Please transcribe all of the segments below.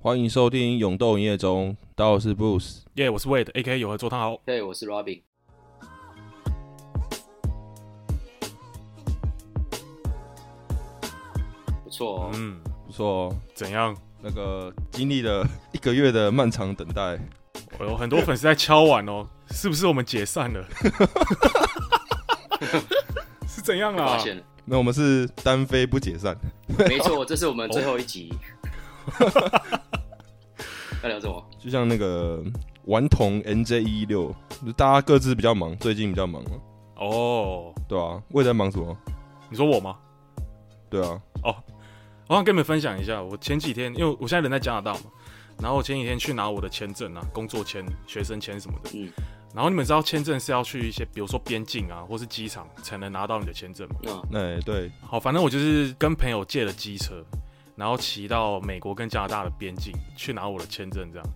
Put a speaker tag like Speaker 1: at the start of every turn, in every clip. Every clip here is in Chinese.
Speaker 1: 欢迎收听《勇斗营业中》，大家好，我是 Bruce。
Speaker 2: 耶、我是 Wade，A.K.
Speaker 3: 嗯
Speaker 2: 有合作汤好。
Speaker 3: 对，我是 Robin。不错哦，
Speaker 2: 嗯，
Speaker 1: 不错哦，
Speaker 2: 怎样？
Speaker 1: 那个经历了一个月的漫长等待，
Speaker 2: 我有很多粉丝在敲碗哦，是不是我们解散 了？是怎样
Speaker 3: 发
Speaker 2: 啊？
Speaker 3: 现了，
Speaker 1: 那我们是单飞不解散。
Speaker 3: 没错，这是我们最后一集。
Speaker 2: 哦
Speaker 3: 要聊什么？
Speaker 1: 就像那个顽童 NJ 一六，就大家各自比较忙，最近比较忙嘛，
Speaker 2: 哦，
Speaker 1: 对啊，我也在忙什么？
Speaker 2: 你说我吗？
Speaker 1: 对啊，
Speaker 2: 我想跟你们分享一下，我前几天，因为我现在人在加拿大嘛，然后我前几天去拿我的签证啊，工作签、学生签什么的。
Speaker 3: 嗯
Speaker 2: 然后你们知道签证是要去一些，比如说边境啊，或是机场才能拿到你的签证吗？
Speaker 3: 嗯，
Speaker 1: 哎、对，
Speaker 2: 好，反正我就是跟朋友借了机车，然后骑到美国跟加拿大的边境去拿我的签证，这样。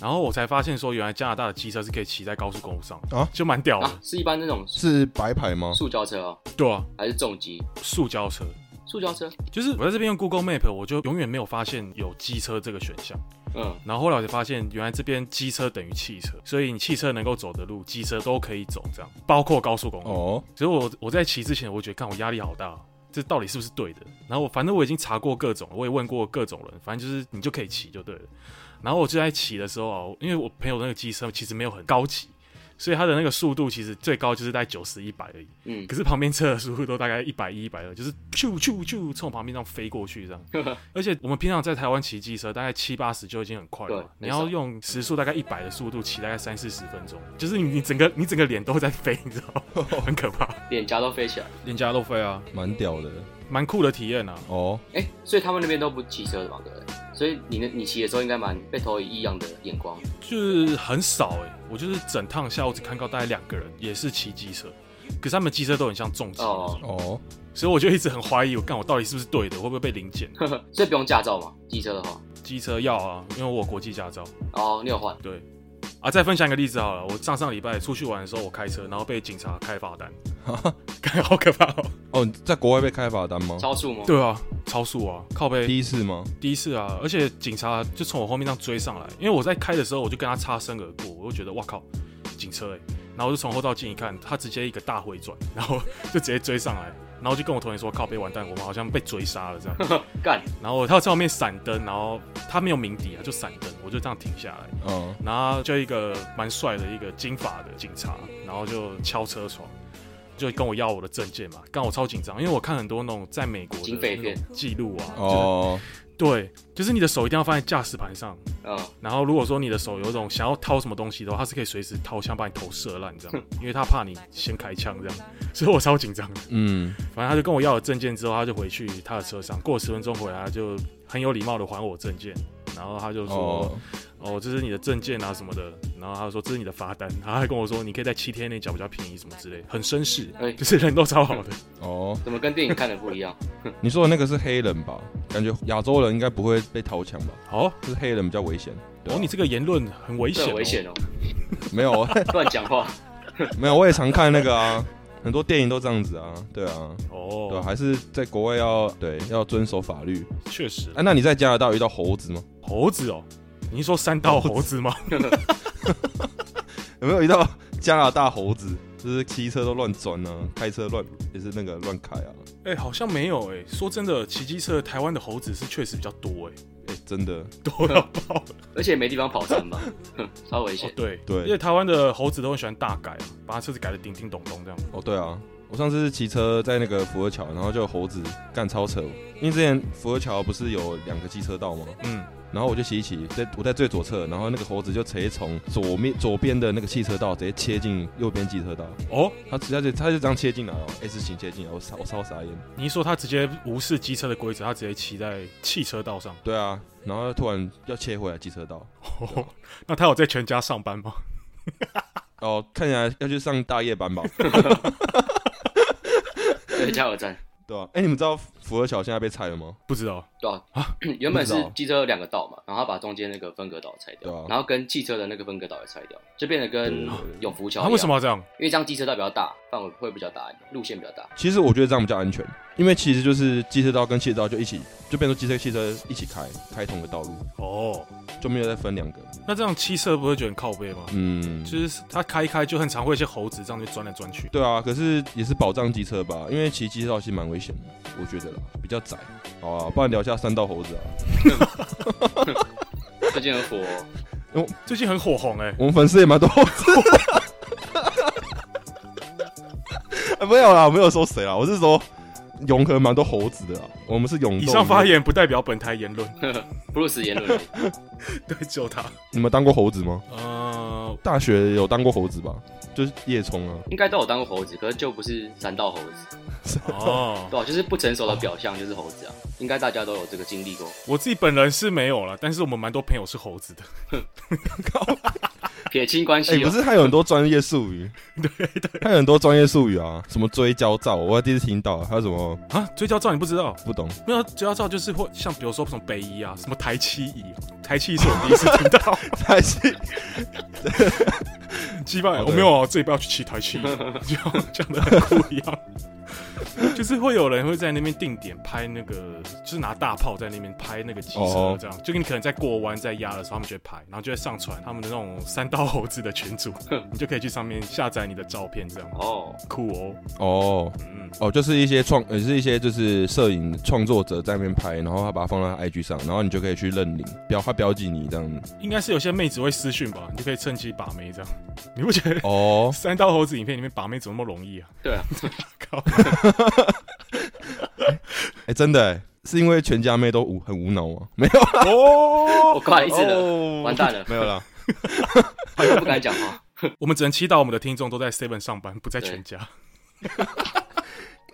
Speaker 2: 然后我才发现说，原来加拿大的机车是可以骑在高速公路上
Speaker 1: 啊
Speaker 2: 就蛮屌的。
Speaker 3: 啊，是一般那种
Speaker 1: 是白牌吗？
Speaker 3: 塑胶车哦，
Speaker 2: 对啊，
Speaker 3: 还是重机？
Speaker 2: 塑胶车，
Speaker 3: 塑胶车？
Speaker 2: 就是我在这边用 Google Map，我就永远没有发现有机车这个选项。
Speaker 3: 嗯，
Speaker 2: 然后后来我才发现，原来这边机车等于汽车，所以你汽车能够走的路，机车都可以走，这样包括高速公路。
Speaker 1: 哦，
Speaker 2: 所以我我在骑之前，我觉得看我压力好大哦，这到底是不是对的？然后我反正我已经查过各种，我也问过各种人，反正就是你就可以骑就对了。然后我就在骑的时候啊，因为我朋友那个机车其实没有很高级，所以他的那个速度其实最高就是在九十一百而已。
Speaker 3: 嗯
Speaker 2: 可是旁边车的速度都大概一百一、一百二，就是咻咻咻冲旁边这样飞过去这样。而且我们平常在台湾骑机车，大概七八十就已经很快了嘛
Speaker 3: 对，
Speaker 2: 你
Speaker 3: 没错
Speaker 2: 要用时速大概一百的速度骑大概三四十分钟，就是你你整个你整个脸都在飞，你知 道吗？很可怕，
Speaker 3: 脸颊都飞起来。
Speaker 2: 脸颊都飞啊，
Speaker 1: 蛮屌的
Speaker 2: 蛮酷的体验啊。
Speaker 1: 哦。
Speaker 3: 哎、所以他们那边都不骑车的嘛，对不对？所以你那你骑的时候应该蛮被投以异样的眼光。
Speaker 2: 就是很少哎、我就是整趟下我只看到大概两个人，也是骑机车，可是他们机车都很像重机，
Speaker 3: 哦
Speaker 1: 哦，
Speaker 2: 所以我就一直很怀疑，我干我到底是不是对的，会不会被零检？
Speaker 3: 所以不用驾照嘛，机车的话。
Speaker 2: 机车要啊，因为我有国际驾照。
Speaker 3: 哦，你有换？
Speaker 2: 对，啊，再分享一个例子好了，我上上礼拜出去玩的时候，我开车，然后被警察开罚单，干好可怕哦。
Speaker 1: 哦，你在国外被开罚单吗？
Speaker 3: 超速吗？
Speaker 2: 对啊，超速啊，靠背
Speaker 1: 第一次吗？
Speaker 2: 第一次啊，而且警察就从我后面这样追上来，因为我在开的时候我就跟他擦身而过，我就觉得哇靠，警车哎、然后我就从后照镜一看，他直接一个大回转，然后就直接追上来，然后就跟我同学说靠背完蛋，我们好像被追杀了这样。
Speaker 3: 干，
Speaker 2: 然后他在后面闪灯，然后他没有鸣笛啊，就闪灯，我就这样停下来。
Speaker 1: 嗯，
Speaker 2: 然后就一个蛮帅的一个金发的警察，然后就敲车窗，就跟我要我的证件嘛，刚我超紧张，因为我看很多那种在美国的
Speaker 3: 警匪
Speaker 2: 那
Speaker 3: 片
Speaker 2: 种记录啊，哦，
Speaker 1: 哦，
Speaker 2: 对，就是你的手一定要放在驾驶盘上，
Speaker 3: 嗯，
Speaker 2: 然后如果说你的手有一种想要掏什么东西的话，他是可以随时掏枪把你头射烂，这样，因为他怕你先开枪这样，所以我超紧张的。
Speaker 1: 嗯，
Speaker 2: 反正他就跟我要了证件之后，他就回去他的车上，过了十分钟回来，他就很有礼貌的还我证件，然后他就说。
Speaker 1: 哦，
Speaker 2: 哦，这是你的证件啊什么的，然后他说这是你的罚单，然后他还跟我说你可以在七天内缴比较便宜什么之类，很绅士，
Speaker 3: 哎
Speaker 2: 就是人都超好的。
Speaker 1: 哦，
Speaker 3: 怎么跟电影看的不 一样？
Speaker 1: 你说的那个是黑人吧？感觉亚洲人应该不会被掏枪吧？
Speaker 2: 好、哦，
Speaker 1: 就是黑人比较危险。对啊
Speaker 2: 你这个言论很危
Speaker 3: 这
Speaker 2: 险、
Speaker 3: 很危险。哦，
Speaker 1: 没有
Speaker 3: 乱讲话。
Speaker 1: 没有，我也常看那个啊，很多电影都这样子啊，对啊，对啊
Speaker 2: 哦，
Speaker 1: 还是在国外要对要遵守法律。
Speaker 2: 确实
Speaker 1: 哎、，那你在加拿大遇到猴子吗？
Speaker 2: 猴子哦，你是说三道猴子吗？
Speaker 1: 有没有遇到加拿大猴子？就是骑车都乱钻啊，开车乱也是那个乱开啊。
Speaker 2: 哎、好像没有哎、说真的，骑机车台湾的猴子是确实比较多哎、
Speaker 1: 哎、真的，
Speaker 2: 多 到爆。哦，
Speaker 3: 而且没地方跑山吧，哼超危险。
Speaker 2: 对
Speaker 1: 对
Speaker 2: 因为台湾的猴子都很喜欢大改啊，把车子改的叮叮咚咚这样。
Speaker 1: 哦，对啊，我上次骑车在那个福尔桥，然后就有猴子干超扯，因为之前福尔桥不是有两个机车道吗？
Speaker 2: 嗯，
Speaker 1: 然后我就骑一骑，在我在最左侧，然后那个猴子就直接从左面左边的那个汽车道直接切进右边机车道，
Speaker 2: 哦，
Speaker 1: 他直接就他就这样切进来哦，S 型切进来，我超我超傻眼。
Speaker 2: 你一说他直接无视机车的规则，他直接骑在汽车道上。
Speaker 1: 对啊，然后突然要切回来机车道，
Speaker 2: 哦，那他有在全家上班吗？
Speaker 1: 哦，看起来要去上大夜班吧？
Speaker 3: 对，加油站。
Speaker 1: 对啊，哎、你们知道福和桥现在被拆了吗？
Speaker 2: 不知道
Speaker 3: 对啊，原本是
Speaker 1: 不知道
Speaker 3: 机车有两个道嘛，然后他把中间那个分隔岛拆掉，
Speaker 1: 对啊
Speaker 3: 然后跟汽车的那个分隔岛也拆掉，就变得跟
Speaker 1: 对啊对对
Speaker 3: 永福桥
Speaker 2: 他
Speaker 3: 一样。
Speaker 2: 啊为什么？要这样？
Speaker 3: 因为这样机车道比较大，范围会比较大，路线比较大。
Speaker 1: 其实我觉得这样比较安全，因为其实就是机车道跟汽车道就一起，就变成机车汽车一起开，开同一个道路，
Speaker 2: 哦，
Speaker 1: 就没有再分两个。
Speaker 2: 那这样七色不会觉得很靠背吗？
Speaker 1: 嗯，
Speaker 2: 就是他开一开就很常会一些猴子这样就钻来钻去。
Speaker 1: 对啊，可是也是保障机车吧，因为骑机车道其实蛮危险的，我觉得啦，比较窄。好啊，不然聊一下三道猴子啊。
Speaker 3: 最近很火哦，
Speaker 2: 最近很火红哎、
Speaker 1: 我们粉丝也蛮多猴子的。 啊没有啦，我没有说谁啦，我是说永和蛮多猴子的啦。我们是永
Speaker 2: 以
Speaker 1: 豆
Speaker 2: 上发，言不代表本台言论，
Speaker 3: 布鲁斯言论而已，
Speaker 2: 对，只有他。
Speaker 1: 你们当过猴子吗？
Speaker 2: 呃，
Speaker 1: 大学有当过猴子吧？就是叶冲 啊，
Speaker 3: 应该都有当过猴子，可是就不是三道猴子，
Speaker 2: 哦，
Speaker 3: 对吧、就是不成熟的表象就是猴子啊，应该大家都有这个经历过。
Speaker 2: 我自己本人是没有了，但是我们蛮多朋友是猴子的。
Speaker 3: 撇清关系
Speaker 1: 哎、
Speaker 3: 哦、
Speaker 1: 不是，还有很多专业术 语，对对，还有很多专业术语啊，什么追焦照，我第一次听到，还有什么
Speaker 2: 啊，追焦照你不知道？
Speaker 1: 不懂，
Speaker 2: 没有追焦照就是会像比如说什么北医啊，什么台七乙，台七是我第一次听到，
Speaker 1: 还是
Speaker 2: 击败
Speaker 1: 哦
Speaker 2: 我
Speaker 1: 对
Speaker 2: 没有啊，这里不要去骑台七乙，就讲的很酷一样。就是会有人会在那边定点拍那个，就是拿大炮在那边拍那个机车
Speaker 1: 哦，
Speaker 2: 这样就跟你可能在过弯在压的时候，他们就会拍，然后就会上传他们的那种三刀猴子的群组，你就可以去上面下载你的照片，这样
Speaker 3: 哦，
Speaker 2: 酷哦，
Speaker 1: 哦
Speaker 2: 嗯，
Speaker 1: 哦，就是一些创，也是一些就是摄影创作者在那边拍，然后他把它放到他 IG 上，然后你就可以去认领，标他标记你这样。
Speaker 2: 应该是有些妹子会私讯吧，你就可以趁机把妹这样，你不觉得？
Speaker 1: 哦，
Speaker 2: 三刀猴子影片里面把妹怎么那么容易啊？
Speaker 3: 对啊，
Speaker 2: 靠！
Speaker 1: 哎、真的、欸，是因为全家妹都无很无脑吗？没有，
Speaker 2: 哦，
Speaker 3: 我挂了一次了，
Speaker 1: 哦
Speaker 3: 完蛋了
Speaker 1: 没有啦。
Speaker 3: 我不敢讲话。
Speaker 2: 我们只能祈祷我们的听众都在 Seven 上班，不在全家。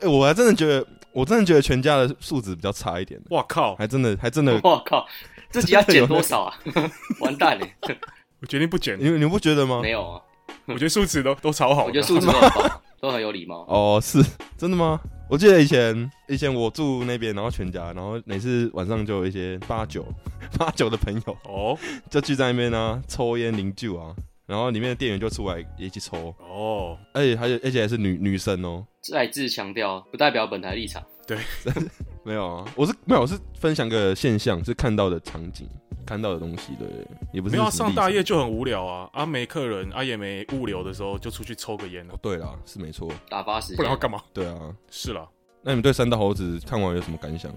Speaker 1: 哎、我还真的觉得，我真的觉得全家的素质比较差一点，欸
Speaker 2: 哇靠！
Speaker 1: 还真的还真的，
Speaker 3: 我靠，自己要减多少啊？ 完蛋了，
Speaker 2: 我决定不卷，
Speaker 1: 你你不觉得吗
Speaker 3: 没？有啊，
Speaker 2: 我觉得素质都都超好的。
Speaker 3: 我觉得素质都很 棒，都很有礼貌。
Speaker 1: 哦，是真的吗？我记得以前以前我住那边，然后全家，然后每次晚上就有一些八九八九的朋友
Speaker 2: 哦
Speaker 1: 就聚在那边啊，抽烟零酒啊，然后里面的店员就出来一起抽，
Speaker 2: 哦，
Speaker 1: 而且还有而且还是女女生哦，
Speaker 3: 再次强调，不代表本台立场。
Speaker 1: 没有啊，我是没有，我是分享个现象，是看到的场景，看到的东西，对不对？也不是
Speaker 2: 没有啊
Speaker 1: 实例
Speaker 2: 上大
Speaker 1: 上
Speaker 2: 夜就很无聊啊，啊没客人，啊也没物流的时候就出去抽个烟了
Speaker 1: 哦，，对啦，是没错，
Speaker 3: 打发时
Speaker 2: 不
Speaker 3: 间
Speaker 2: 然要干嘛？
Speaker 1: 对啊。
Speaker 2: 是啦，
Speaker 1: 那你们对三道猴子看完有什么感想？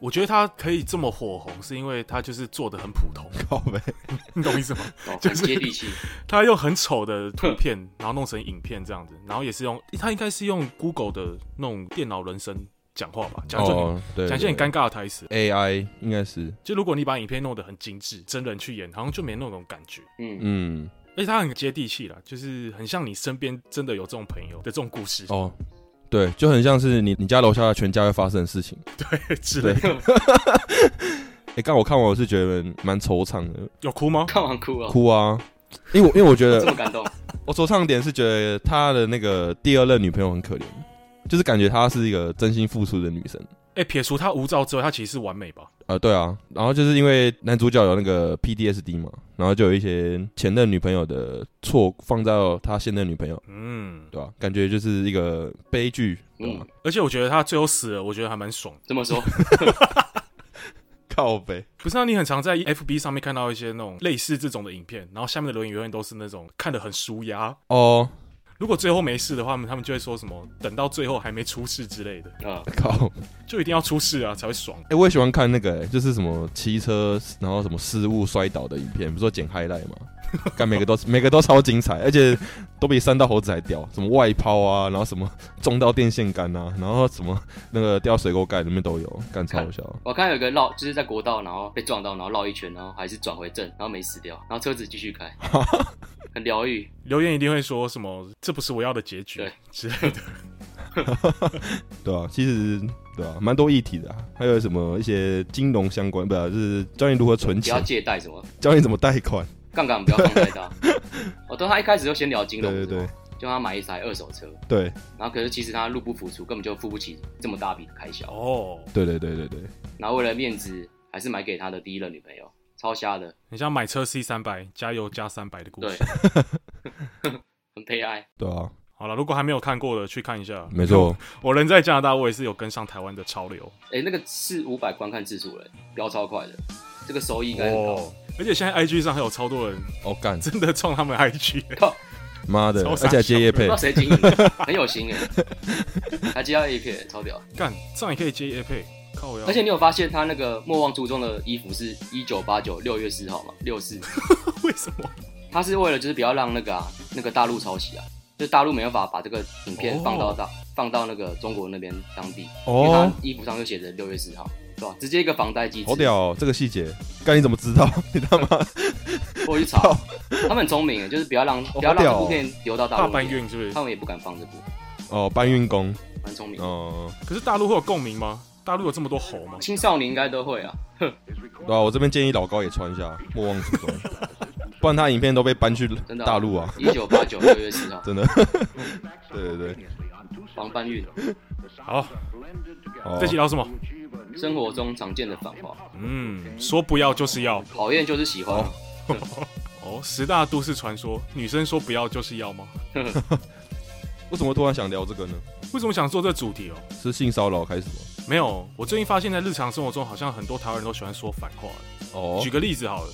Speaker 2: 我觉得他可以这么火红，是因为他就是做的很普通，
Speaker 1: 靠呗，
Speaker 2: 你懂我意思吗？
Speaker 3: 哦，
Speaker 2: 就
Speaker 3: 很
Speaker 2: 是
Speaker 3: 接地气。
Speaker 2: 他用很丑的图片，然后弄成影片这样子，然后也是用他应该是用 Google 的那种电脑人声讲话吧，讲一些
Speaker 1: 哦，对，
Speaker 2: 讲一些很
Speaker 1: 对
Speaker 2: 尴尬的台词。
Speaker 1: AI 应该是，
Speaker 2: 就如果你把影片弄得很精致，真人去演，好像就没那种感觉。
Speaker 3: 嗯，
Speaker 1: 嗯，
Speaker 2: 而且他很接地气啦，就是很像你身边真的有这种朋友的这种故事、
Speaker 1: 哦，对，就很像是你你家楼下全家会发生的事情。
Speaker 2: 之类的。
Speaker 1: 哎、刚我看完我是觉得蛮惆怅的，
Speaker 2: 有哭吗？
Speaker 3: 看完哭了，
Speaker 1: 哭啊，因为我因为我觉
Speaker 3: 这
Speaker 1: 得
Speaker 3: 么感动。
Speaker 1: 我惆怅点是觉得他的那个第二任女朋友很可怜，就是感觉她是一个真心付出的女生。
Speaker 2: 哎、撇除他无照之外，他其实是完美吧？
Speaker 1: 呃，对啊，然后就是因为男主角有那个 PDSD 嘛，然后就有一些前任女朋友的错放到他现任女朋友，
Speaker 2: 嗯，
Speaker 1: 对吧、感觉就是一个悲剧，对吧？
Speaker 3: 嗯
Speaker 2: 而且我觉得他最后死了，我觉得还蛮爽。
Speaker 3: 这么说，
Speaker 1: 靠背，
Speaker 2: 不是啊，你很常在 FB 上面看到一些那种类似这种的影片，然后下面的留言永远都是那种看得很舒压。
Speaker 1: 哦，
Speaker 2: 如果最后没事的话，他们他们就会说什么等到最后还没出事之类的，
Speaker 3: 嗯，
Speaker 1: 靠，
Speaker 2: 就一定要出事啊才会爽。
Speaker 1: 哎、我也喜欢看那个、欸，就是什么骑车，然后什么失误摔倒的影片，不是说剪 highlight 吗？看每个都每个都超精彩，而且都比三道猴子还屌，什么外抛啊，然后什么撞到电线杆啊，然后什么那个掉水沟盖里面都有，干超好笑。
Speaker 3: 我看有一个绕，就是在国道，然后被撞到，然后绕一圈，然后还是转回正，然后没死掉，然后车子继续开， 很疗愈。
Speaker 2: 留言一定会说什么“这不是我要的结局
Speaker 3: 对”
Speaker 2: 之类 的。
Speaker 1: 对啊，其实对啊，蛮多议题的、啊，还有什么一些金融相关，不、啊、就是教你如何存
Speaker 3: 不要
Speaker 1: 钱，
Speaker 3: 借贷什么，
Speaker 1: 教你怎么贷款，
Speaker 3: 杠杆不要放太大。哦，对，他一开始就先聊金
Speaker 1: 对对
Speaker 3: 融，
Speaker 1: 对，
Speaker 3: 就就他买一台二手车，
Speaker 1: 对
Speaker 3: 然后可是其实他入不敷出，根本就付不起这么大笔的开销。
Speaker 2: 哦，
Speaker 1: 对对对对对，
Speaker 3: 然后为了面子，还是买给他的第一任女朋友，超瞎的，
Speaker 2: 很像买车 C 三百，加油加三百的故
Speaker 3: 对
Speaker 2: 事。，
Speaker 3: 很悲哀。
Speaker 1: 对啊，
Speaker 2: 好了，如果还没有看过的，去看一下。
Speaker 1: 没错，
Speaker 2: 我人在加拿大，我也是有跟上台湾的潮流
Speaker 3: 哎、那个四五百观看次数了，飙超快的，这个收益应该很高。。
Speaker 2: 哦而且现在 IG 上还有超多人
Speaker 1: 哦干，
Speaker 2: 真的创他们 IG，
Speaker 3: 靠，
Speaker 1: 妈的，
Speaker 2: 超
Speaker 1: 而
Speaker 2: 傻
Speaker 1: 且还接叶
Speaker 3: 不
Speaker 1: 配哦
Speaker 3: 知道，谁经营的，很有心哎，还接到 A 片，超屌。
Speaker 2: 干这样也可以接业配，靠我要。
Speaker 3: 而且你有发现他那个莫忘初衷的衣服是一九八九六月四号嘛？六四，
Speaker 2: 为什么？
Speaker 3: 他是为了就是不要让那个啊那个大陆抄袭啊，就大陆没办法把这个影片放到大、放到那个中国那边当地，因为他
Speaker 1: 哦哦，
Speaker 3: 衣服上就写着六月四号，对吧？直接一个防呆机制。
Speaker 1: 好屌哦，这个细节，干你怎么知 道？你他妈
Speaker 3: 我去查， 他们很聪明耶，欸就是不要让不要让这部片流到大
Speaker 2: 大
Speaker 3: 陆那
Speaker 2: 搬
Speaker 3: 边，
Speaker 2: 运是不是
Speaker 3: 他？们也不敢放这部，
Speaker 1: 哦，搬运工，
Speaker 3: 蛮聪明。
Speaker 1: 哦，
Speaker 2: 可是大陆会有共鸣吗？大陆有这么多猴吗？
Speaker 3: 青少年应该都会啊，
Speaker 1: 对啊，我这边建议老高也穿一下，莫忘初衷， 不然他影片都被搬去
Speaker 3: 真的、
Speaker 1: 大陆啊，，嗯
Speaker 3: 一九八九六月四 号
Speaker 1: 真的，对对对，
Speaker 3: 防搬运，
Speaker 2: 好，
Speaker 1: 哦
Speaker 2: 这集聊什么？
Speaker 3: 生活中常见的反话，
Speaker 2: 嗯，说不要就是要。
Speaker 3: 讨厌就是喜欢啊。
Speaker 2: 哦，十大都市传说，女生说不要就是要吗？
Speaker 1: 为什么突然想聊这个呢？
Speaker 2: 为什么想做这主题哦？
Speaker 1: 是性骚扰开始吗？
Speaker 2: 没有，我最近发现，在日常生活中，好像很多台湾人都喜欢说反话。
Speaker 1: 哦
Speaker 2: 举，个例子好了，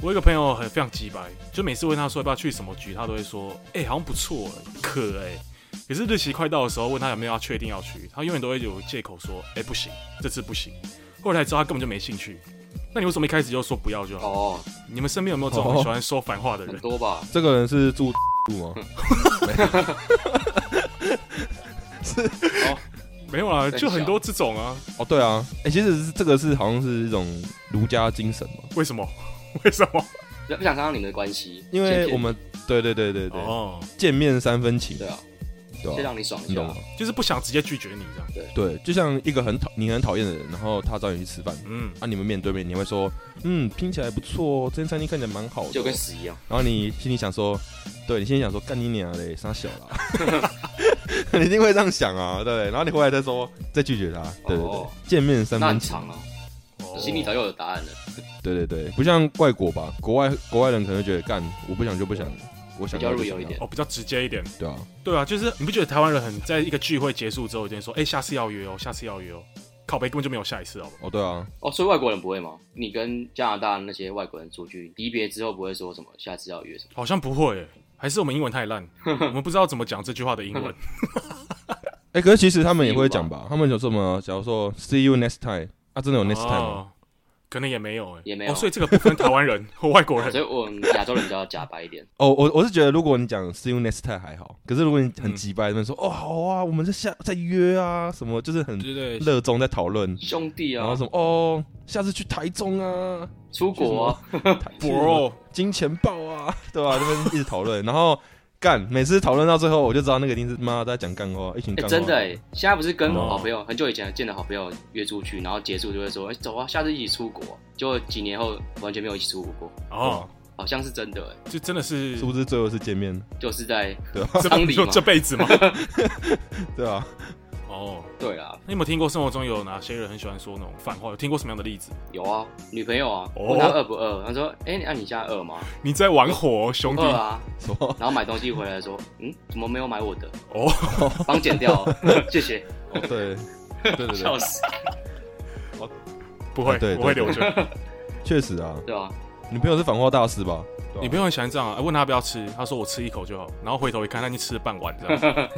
Speaker 2: 我有一个朋友很非常鸡白，就每次问他说要不要去什么局，他都会说，哎、好像不错、欸，可哎、可是日期快到的时候，问他有没有要确定要去，他永远都会有借口说，哎、不行，这次不行。后来才知道他根本就没兴趣。那你为什么一开始就说不要就好？
Speaker 3: 哦，
Speaker 2: 你们身边有没有这种
Speaker 1: 哦
Speaker 2: 很喜欢说反话的人
Speaker 3: 很？多吧，
Speaker 1: 这个人是住住吗？
Speaker 2: 没有啊，
Speaker 3: 很
Speaker 2: 就很多这种啊。
Speaker 1: 哦，对啊，哎、其实是这个是好像是一种儒家精神嘛，
Speaker 2: 为什么？ 为什么？
Speaker 3: 不不想伤到你们的关系，
Speaker 1: 因
Speaker 3: 先
Speaker 1: 为
Speaker 3: 骗
Speaker 1: 我们对对对对对，
Speaker 2: 哦，
Speaker 1: 见面三分情，
Speaker 3: 对啊，
Speaker 1: 对
Speaker 3: 先
Speaker 1: 吧、
Speaker 3: 让你爽一
Speaker 1: 你
Speaker 3: 下
Speaker 1: 懂吗，？
Speaker 2: 就是不想直接拒绝你这样。
Speaker 1: 对，就像一个很讨你很讨厌的人，然后他找你去吃饭，
Speaker 2: 嗯，
Speaker 1: 啊，你们面对面，你会说，嗯，听起来不错哦，这间餐厅看起来蛮好的
Speaker 3: 就
Speaker 1: 哦，
Speaker 3: 跟屎一样，
Speaker 1: 然后你心里想说，对你心里想说，干你娘嘞，傻小 啦，你一定会这样想啊，对不对？然后你回来再说，再拒绝他，对对对
Speaker 3: 哦，
Speaker 1: 见面三
Speaker 3: 那
Speaker 1: 分
Speaker 3: 很
Speaker 1: 情
Speaker 3: 长，啊，
Speaker 2: 哦
Speaker 3: 心里早就有答案了。
Speaker 1: 对对对，不像外国吧，国外国外人可能觉得干，我不想就不想，我想
Speaker 3: 比较
Speaker 1: 要就
Speaker 3: real
Speaker 1: 想
Speaker 3: 一
Speaker 1: 要
Speaker 3: 点
Speaker 2: 哦，比较直接一点。
Speaker 1: 对啊，
Speaker 2: 对啊，就是你不觉得台湾人很在一个聚会结束之后，有点说，哎、下次要约哦，下次要约哦，靠北根本就没有下一次，好吧？
Speaker 1: 哦对啊，
Speaker 3: 哦，所以外国人不会吗？你跟加拿大那些外国人出去离别之后，不会说什么下次要约什么？
Speaker 2: 好像不会、欸，还是我们英文太 烂，我们不知道怎么讲这句话的英文。
Speaker 1: 哎、可是其实他们也
Speaker 3: See you
Speaker 1: 会讲吧，他们有什么，假如说 see you next time，啊，真的有 next time 吗？
Speaker 2: 哦可能也没有、欸，
Speaker 3: 也没有
Speaker 2: 哦，所以这个不分台湾人和外国
Speaker 3: 所
Speaker 2: 人。
Speaker 3: 以我们亚洲人比较假白一点，
Speaker 1: 哦，我我是觉得如果你讲 see you next time 还好，可是如果你很
Speaker 2: 嗯
Speaker 1: 急掰，那边说、哦好啊，我们再下再约啊，什么就是很
Speaker 2: 对对对，
Speaker 1: 热衷在讨论，
Speaker 3: 兄弟
Speaker 1: 然后
Speaker 3: 啊
Speaker 1: 什，么哦，下次去台中啊，
Speaker 3: 出国啊，
Speaker 1: 台去什么
Speaker 2: bro，
Speaker 1: 金钱豹啊， 对吧、这边一直讨论，然后干，每次讨论到最后，我就知道那个一定是妈在讲干话，一群
Speaker 3: 哎、
Speaker 1: 干话。
Speaker 2: 欸
Speaker 3: 真的哎、现在不是跟
Speaker 1: 哦
Speaker 3: 好朋友、很久以前见的好朋友约出去，然后结束就会说，哎、走啊，下次一起出国。结果几年后完全没有一起出国过，
Speaker 1: 哦
Speaker 2: 哦，，
Speaker 3: 好像是真的哎、
Speaker 2: 这真的是
Speaker 1: 是不是最后一次见面？
Speaker 3: 就是在
Speaker 2: 这
Speaker 3: 丧礼
Speaker 2: 你说
Speaker 3: 吗
Speaker 2: 这辈子 吗？
Speaker 1: 对啊，
Speaker 2: 哦，
Speaker 3: 对啊啦，
Speaker 2: 你有没有听过生活中有哪些人很喜欢说那种反话？有听过什么样的例子？
Speaker 3: 有啊，女朋友啊，
Speaker 2: 哦
Speaker 3: 问他饿不饿，他说，哎、那、你现在饿吗？
Speaker 2: 你在玩火、哦，兄弟
Speaker 3: 饿啊，
Speaker 1: 什么？
Speaker 3: 然后买东西回来说，嗯，怎么没有买我的？
Speaker 2: 哦，
Speaker 3: 帮剪掉哦，谢谢，
Speaker 1: 哦 对，对对
Speaker 3: 笑
Speaker 1: 对，
Speaker 3: 死，
Speaker 2: 不会，
Speaker 1: 啊对对
Speaker 2: 我会留着。
Speaker 1: 确实啊，
Speaker 3: 对啊，
Speaker 1: 女朋友是反话大师吧？
Speaker 2: 你
Speaker 1: 不
Speaker 2: 朋
Speaker 1: 用
Speaker 2: 友很喜欢这样啊，哎问他要不要吃，他说我吃一口就好，然后回头一看，他已经吃了半碗，这样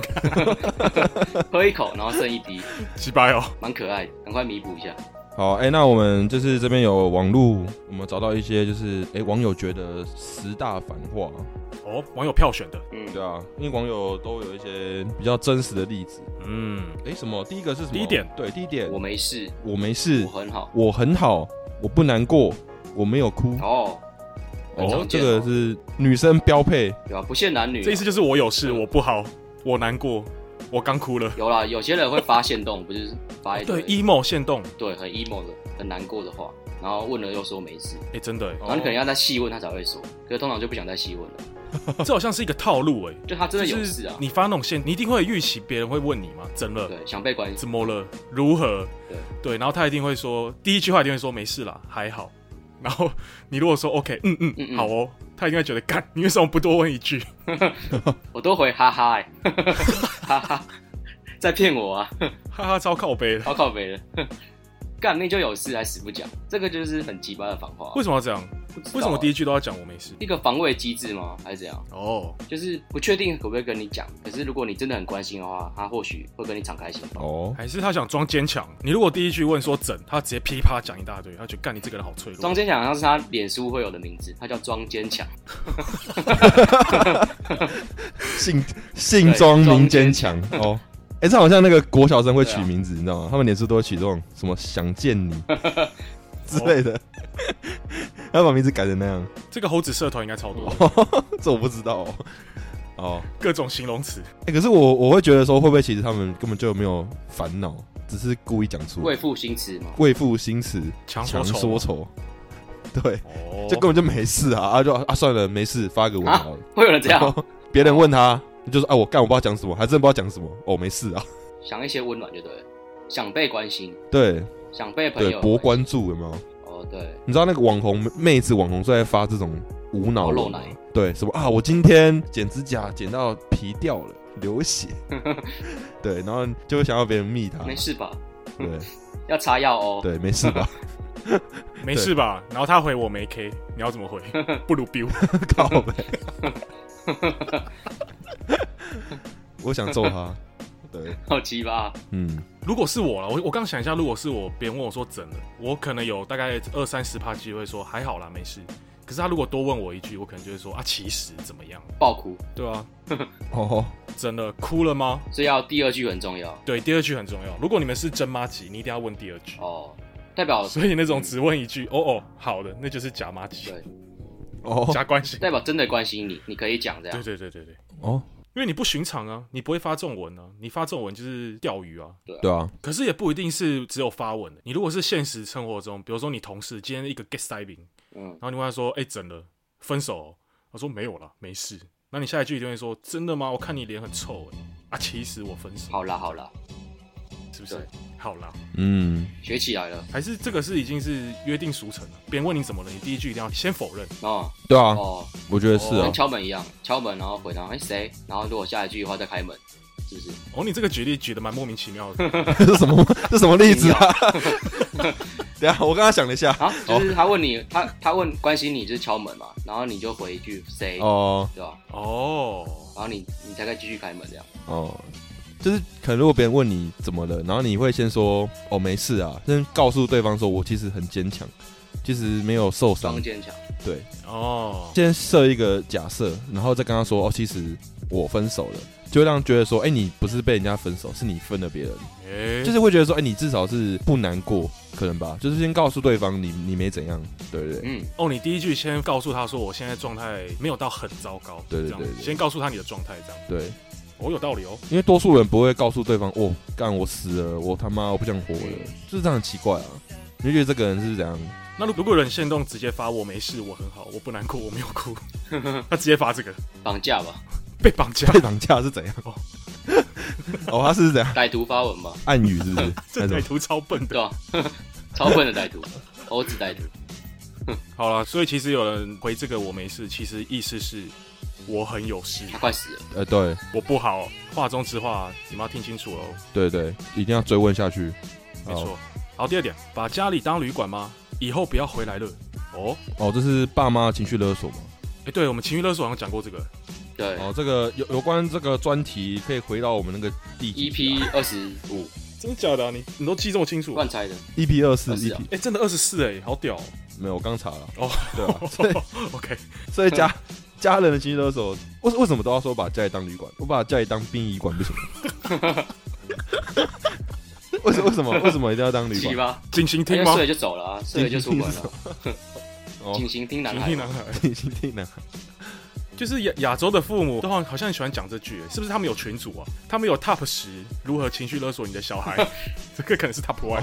Speaker 3: 喝一口然后剩一滴，
Speaker 2: 鸡巴哦。
Speaker 3: 蛮可爱的，赶快弥补一下。
Speaker 1: 好哎、那我们就是这边有网路，我们找到一些就是哎、网友觉得十大反话，
Speaker 2: 哦，网友票选的，
Speaker 3: 嗯，
Speaker 1: 对啊，因为网友都有一些比较真实的例子。
Speaker 2: 嗯，
Speaker 1: 哎、什么？第一个是什么？
Speaker 2: 第一点，
Speaker 1: 对，第一点，
Speaker 3: 我没事，
Speaker 1: 我没事
Speaker 3: 我，很好。
Speaker 1: 我很好，我不难过，我没有哭。
Speaker 3: 哦，很
Speaker 1: 哦，
Speaker 3: 常
Speaker 1: 这
Speaker 3: 见
Speaker 1: 个是女生标配，
Speaker 3: 对啊，不限男女啊、
Speaker 2: 这意思就是我有事，我不好，我难过，我刚哭了。
Speaker 3: 有啦，有些人会发现动，不是发一
Speaker 2: 哦对
Speaker 3: 堆
Speaker 2: ，emo 限动，
Speaker 3: 对很 emo 的、很难过的话，然后问了又说没事，
Speaker 2: 哎，真的，哎
Speaker 3: 然后你可能要再细问他才会说，可是通常就不想再细问了。
Speaker 2: 这好像是一个套路哎、
Speaker 3: 就他真的有
Speaker 2: 就
Speaker 3: 事
Speaker 2: 是
Speaker 3: 啊，
Speaker 2: 你发那种线，你一定会预期别人会问你嘛，怎了？
Speaker 3: 对，想被关心，
Speaker 2: 怎么了？如何？
Speaker 3: 对
Speaker 2: 对，然后他一定会说，第一句话一定会说没事啦，还好。然后你如果说 OK，嗯嗯，
Speaker 3: 嗯嗯
Speaker 2: 好哦，他一定会觉得干，你为什么不多问一句？
Speaker 3: 我都回哈哈、欸， 哈哈，在骗我啊，
Speaker 2: 哈哈，糟靠背了，
Speaker 3: 好靠北了， 干那就有事还死不讲，这个就是很鸡巴的防话。
Speaker 2: 为什么要这样？为什么第
Speaker 3: 一
Speaker 2: 一句都要讲我没事？
Speaker 3: 一个防卫机制吗？还是怎样？
Speaker 2: 哦，
Speaker 3: 就是不确定可不可以跟你讲，可是如果你真的很关心的话，他或许会跟你敞开心房。
Speaker 1: 哦，
Speaker 2: 还是他想装坚强？你如果第一句问说怎，他直接噼啪讲一大堆，他觉得干你这个人好脆弱。
Speaker 3: 庄坚强好像是他脸书会有的名字，他叫庄坚强，
Speaker 1: 姓姓庄名坚强哦。哎、这好像那个国小生会取名字，你知道吗？他们连书都会取这种什么“想见 你”之类的，他把名字改成那样，
Speaker 2: 这个猴子社团应该超多，
Speaker 1: 这我不知道哦。哦，
Speaker 2: 各种形容词。
Speaker 1: 哎、可是我我会觉得说，会不会其实他们根本就没有烦恼，只是故意讲出
Speaker 3: 为赋新词嘛。
Speaker 1: 为赋新词
Speaker 2: 强
Speaker 1: 强
Speaker 2: 说
Speaker 1: 说
Speaker 2: 愁
Speaker 1: 愁，对，
Speaker 2: 哦，
Speaker 1: 这根本就没事啊，啊就啊算了，没事，发个文好了。
Speaker 3: 会有啊人这
Speaker 1: 然
Speaker 3: 样
Speaker 1: 后别人问他，你就说啊，我干，我不知道讲什么，还真不知道讲什么，哦，没事啊，
Speaker 3: 想一些温暖就对了，想被关心，
Speaker 1: 对
Speaker 3: 想被朋
Speaker 1: 对
Speaker 3: 友，
Speaker 1: 博
Speaker 3: 关
Speaker 1: 关注有没有？
Speaker 3: 心。哦，对，
Speaker 1: 你知道那个网红妹子网红最爱发这种无脑
Speaker 3: 哦
Speaker 1: 文
Speaker 3: 露
Speaker 1: 吗
Speaker 3: 奶
Speaker 1: 对什么啊？我今天剪指甲剪到皮掉了，流 血，对，然后就会想要别人密他，
Speaker 3: 没，事吧？
Speaker 1: 对
Speaker 3: 要擦药哦。
Speaker 1: 啊对，没事吧？
Speaker 2: 没事吧？然后他回我没 K，你要怎 么回？不如 biu。
Speaker 1: 靠呗， 我想揍他，对，
Speaker 3: 好奇吧？
Speaker 1: 嗯，
Speaker 2: 如果是我了，我我刚想一下，如果是我，别人问我说怎了，我可能有大概二三十趴机会说还好啦，没事。可是他如果多问我一句，我可能就会说啊，其实怎么样？
Speaker 3: 爆哭，
Speaker 2: 对啊，
Speaker 1: 哦，
Speaker 2: 真的哭了吗？
Speaker 3: 所以要第二句很重要
Speaker 2: 对，第二句很重要。如果你们是真妈级，你一定要问第二句。
Speaker 3: 哦，代表
Speaker 2: 所以那种只问一句“哦哦，好的”，那就是假妈级，
Speaker 3: 对，
Speaker 1: 哦
Speaker 2: 假关系。
Speaker 3: 代表真的关心你，你可以讲这
Speaker 2: 对
Speaker 3: 样。
Speaker 2: 对对对对，
Speaker 1: 哦，
Speaker 2: 因为你不寻常啊，你不会发这种文啊，你发这种文就是钓鱼啊。
Speaker 1: 对啊，
Speaker 2: 可是也不一定是只有发文的，你如果是现实生活中，比如说你同事今天一个 get stabbing，
Speaker 3: 嗯，
Speaker 2: 然后你问他说：“哎、怎了？分手哦、他说：“没有啦，没事。”那你下一句一定会说：“真的吗？我看你脸很臭哎、啊，其实我分手。”
Speaker 3: 好啦好啦，
Speaker 2: 是不是
Speaker 3: 对？
Speaker 2: 好啦，
Speaker 1: 嗯，
Speaker 3: 学起来了
Speaker 2: 还是这个是已经是约定俗成了。别人问你怎么了，你第一句一定要先否认。
Speaker 3: 哦
Speaker 1: 对啊，
Speaker 3: 哦，
Speaker 1: 我觉得是啊
Speaker 3: 跟，敲门一样，敲门然后回答哎谁，然后如果下一句的话再开门，是不是？
Speaker 2: 哦，你这个举例举的蛮莫名其 妙的。
Speaker 1: 这是什么？这是什么例子啊？ 等一下，我刚刚想了一下，
Speaker 3: 啊，就是他问你，他他问关心你就是敲门嘛，然后你就回一句谁，
Speaker 1: 哦
Speaker 3: 对吧？
Speaker 2: 哦，
Speaker 3: 然后你你才可以继续开门这样。
Speaker 1: 哦，就是可能如果别人问你怎么了，然后你会先说哦没事啊，先告诉对方说我其实很坚强，其实没有受伤
Speaker 3: 双，坚强，
Speaker 1: 对，
Speaker 2: 哦，
Speaker 1: 先设一个假设，然后再跟他说哦，其实我分手了，就会让人觉得说，哎、你不是被人家分手，是你分了别人，
Speaker 2: 诶，
Speaker 1: 就是会觉得说，哎、你至少是不难过，可能吧，就是先告诉对方你你没怎样，对对对，
Speaker 3: 嗯，
Speaker 2: 哦，你第一句先告诉他说我现在状态没有到很糟糕，
Speaker 1: 对对
Speaker 2: 这样子
Speaker 1: 对对
Speaker 2: 先告诉他你的状态这样，
Speaker 1: 对，
Speaker 2: 哦，有道理哦。
Speaker 1: 因为多数人不会告诉对方，哦，干我死了，我他妈我不想活了，就是这样很奇怪啊，你就觉得这个人是怎样？
Speaker 2: 那如如果人现动直接发我没事，我很好，我不难过，我没有 哭，他直接发这个
Speaker 3: 绑架吧，
Speaker 2: 被绑架，
Speaker 1: 被绑架是怎样
Speaker 2: 哦？
Speaker 1: 哦，他是怎样
Speaker 3: 歹徒发文吧，
Speaker 1: 暗语是不是？
Speaker 2: 这
Speaker 1: 那种
Speaker 2: 歹徒超笨的
Speaker 3: 对。吧？ 超笨的歹徒， 猴子歹徒，
Speaker 2: 好了，所以其实有人回这个我没事，其实意思是我很有 事，
Speaker 3: 他快死了，
Speaker 1: 呃，对
Speaker 2: 我不好，话中之话，你们要听清楚喽。
Speaker 1: 对对，一定要追问下去。
Speaker 2: 没错。好，第二点，把家里当旅馆吗？以后不要回来了。哦，
Speaker 1: 哦，这是爸妈情绪勒索吗？
Speaker 2: 哎、对我们情绪勒索好像讲过这个，
Speaker 3: 对
Speaker 1: 哦，这个有有关这个专题，可以回到我们那个第
Speaker 3: E
Speaker 1: 几集啊
Speaker 3: ，EP 二十五，
Speaker 2: 真的假的、啊？你你都记这么清楚？哎、
Speaker 3: 乱猜的，
Speaker 1: EP E 二四
Speaker 3: 二四
Speaker 1: EP
Speaker 3: 啊
Speaker 2: 真的二十四哎，好屌、哦。
Speaker 1: 没有，我刚查了。
Speaker 2: 哦，
Speaker 1: 对啊， 所以
Speaker 2: OK，
Speaker 1: 所以 家家人的情绪勒索，为为什么都要说把家里当旅馆？我把家里当殡仪馆不行吗？ 为什为什么为什么一定要当旅
Speaker 3: 七
Speaker 1: 馆？
Speaker 3: 吧，
Speaker 2: 静心
Speaker 3: 他
Speaker 2: 听
Speaker 3: 就
Speaker 2: 吗
Speaker 3: 睡？了就走了啊，睡了就出门了，
Speaker 1: 哦，啊
Speaker 3: 警行听男
Speaker 2: 静
Speaker 3: 孩
Speaker 2: 心
Speaker 3: 嘛，
Speaker 2: 男孩，
Speaker 1: 听听听呢？
Speaker 2: 就是亚亚洲的父母都好像好像很喜欢讲这句，是不是他们有群组啊？他们有 Top 十如何情绪勒索你的小 孩，这个可能是 Top one。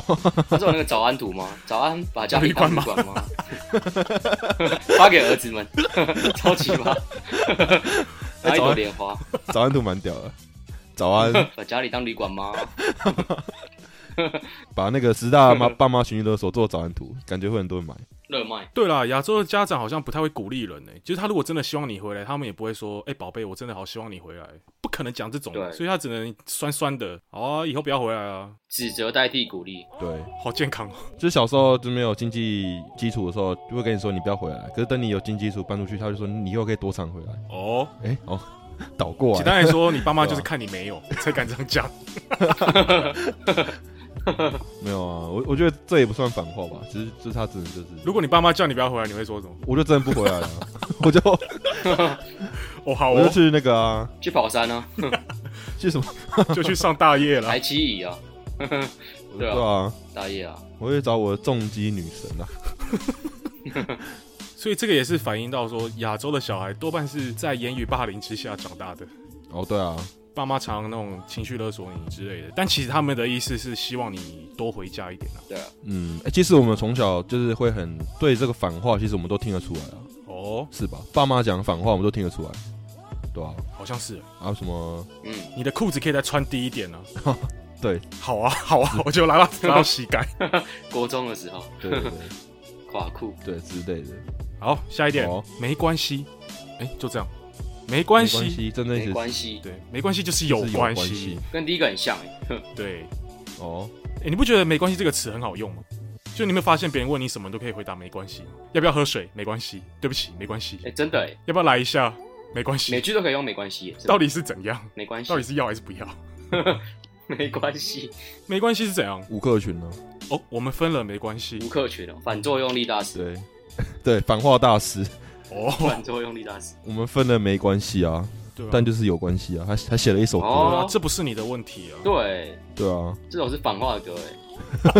Speaker 3: 他是有那个早安图吗？早安把家里当
Speaker 2: 当
Speaker 3: 旅
Speaker 2: 旅
Speaker 3: 馆吗？发给儿子们， 超奇葩。
Speaker 2: 哎
Speaker 3: 拿一朵莲花，
Speaker 1: 早安图蛮屌的。早安，
Speaker 3: 把家里当旅馆吗？
Speaker 1: 把那个十大妈爸妈情绪勒索做早安图，感觉会很多人买。
Speaker 3: 热卖，
Speaker 2: 对啦，亚洲的家长好像不太会鼓励人呢、欸就是他如果真的希望你回来，他们也不会说，哎、宝贝，我真的好希望你回来，不可能讲这种
Speaker 3: 对，
Speaker 2: 所以他只能酸酸的，哦，以后不要回来啊，
Speaker 3: 指责代替鼓励，
Speaker 1: 对，
Speaker 2: 好健康哦。
Speaker 1: 就是小时候就没有经济基础的时候，就会跟你说你不要回来。可是等你有经济基础搬出去，他就说你以后可以多常回来。
Speaker 2: 哦，
Speaker 1: 哎、哦， 倒过
Speaker 2: 简
Speaker 1: 来，
Speaker 2: 单来说，你爸妈
Speaker 1: 对啊
Speaker 2: 就是看你没有才敢这样讲。
Speaker 1: 没有啊？我我觉得这也不算反话吧，只是就是他真的就是，
Speaker 2: 如果你爸妈叫你不要回来，你会说什么？
Speaker 1: 我就真的不回来了， 我就
Speaker 2: 哦，好
Speaker 1: 我就
Speaker 2: 哦，
Speaker 1: 去那个啊，
Speaker 3: 去跑山啊，
Speaker 1: 去什么？
Speaker 2: 就去上大夜了
Speaker 3: 抬。旗椅啊，对
Speaker 1: 对
Speaker 3: 啊，
Speaker 1: 啊，
Speaker 3: 大业啊，
Speaker 1: 我去找我的重击女神啊。
Speaker 2: 所以这个也是反映到说，亚洲的小孩多半是在言语霸凌之下长大的，
Speaker 1: 哦，对啊，
Speaker 2: 爸妈常常那种情绪勒索你之类的。但其实他们的意思是希望你多回家一点啊。
Speaker 3: 对啊，
Speaker 1: 嗯，欸其实我们从小就是会很对这个反话，其实我们都听得出来啊，
Speaker 2: 哦，
Speaker 1: 是吧？爸妈讲反话，我们都听得出来，对啊，
Speaker 2: 好像是。
Speaker 1: 啊什么
Speaker 3: 嗯，
Speaker 2: 你的裤子可以再穿低一 点呢、啊。
Speaker 1: 对
Speaker 2: 好啊，好啊，我就拉到拉到膝盖。
Speaker 3: 国中的时候
Speaker 1: 对对对
Speaker 3: 垮裤，
Speaker 1: 对之类的，
Speaker 2: 好，下一点，
Speaker 1: 哦
Speaker 2: 没关系。哎、就这样，没关
Speaker 1: 没关
Speaker 2: 系。
Speaker 1: 系，真的
Speaker 3: 没
Speaker 1: 是
Speaker 3: 关系，
Speaker 2: 对，没关系就是
Speaker 1: 是
Speaker 2: 有
Speaker 1: 有
Speaker 2: 关系
Speaker 1: 系。
Speaker 3: 跟第一个很像欸，哼
Speaker 2: 对，
Speaker 1: 哦。
Speaker 2: 哎、你不觉得“没关系”这个词很好用吗？就你有没有发现，别人问你什么，你都可以回答“没关系”。要不要喝水？没关系。对不起，没关系。
Speaker 3: 哎，真的哎，
Speaker 2: 要不要来一下？没关
Speaker 3: 每
Speaker 2: 系。
Speaker 3: 句都可以用没关系欸，是吧
Speaker 2: 到底是怎样？
Speaker 3: 没关系
Speaker 2: 到，底是要还是不要？
Speaker 3: 没关系，
Speaker 2: 没关系是怎样？
Speaker 1: 吴克群呢？
Speaker 2: 哦，我们分了，没关系
Speaker 3: 吴。克群哦，反作用力大师，
Speaker 1: 对 对，反话大师，
Speaker 2: 哦，
Speaker 3: 反作用力大师，
Speaker 1: 我们分了没关系啊，
Speaker 2: 对啊，
Speaker 1: 但就是有关系啊。他他写了一首歌，
Speaker 2: 对
Speaker 3: 哦
Speaker 2: 啊，这不是你的问题啊。
Speaker 3: 对，
Speaker 1: 对啊，
Speaker 3: 这种是反话的歌 哎，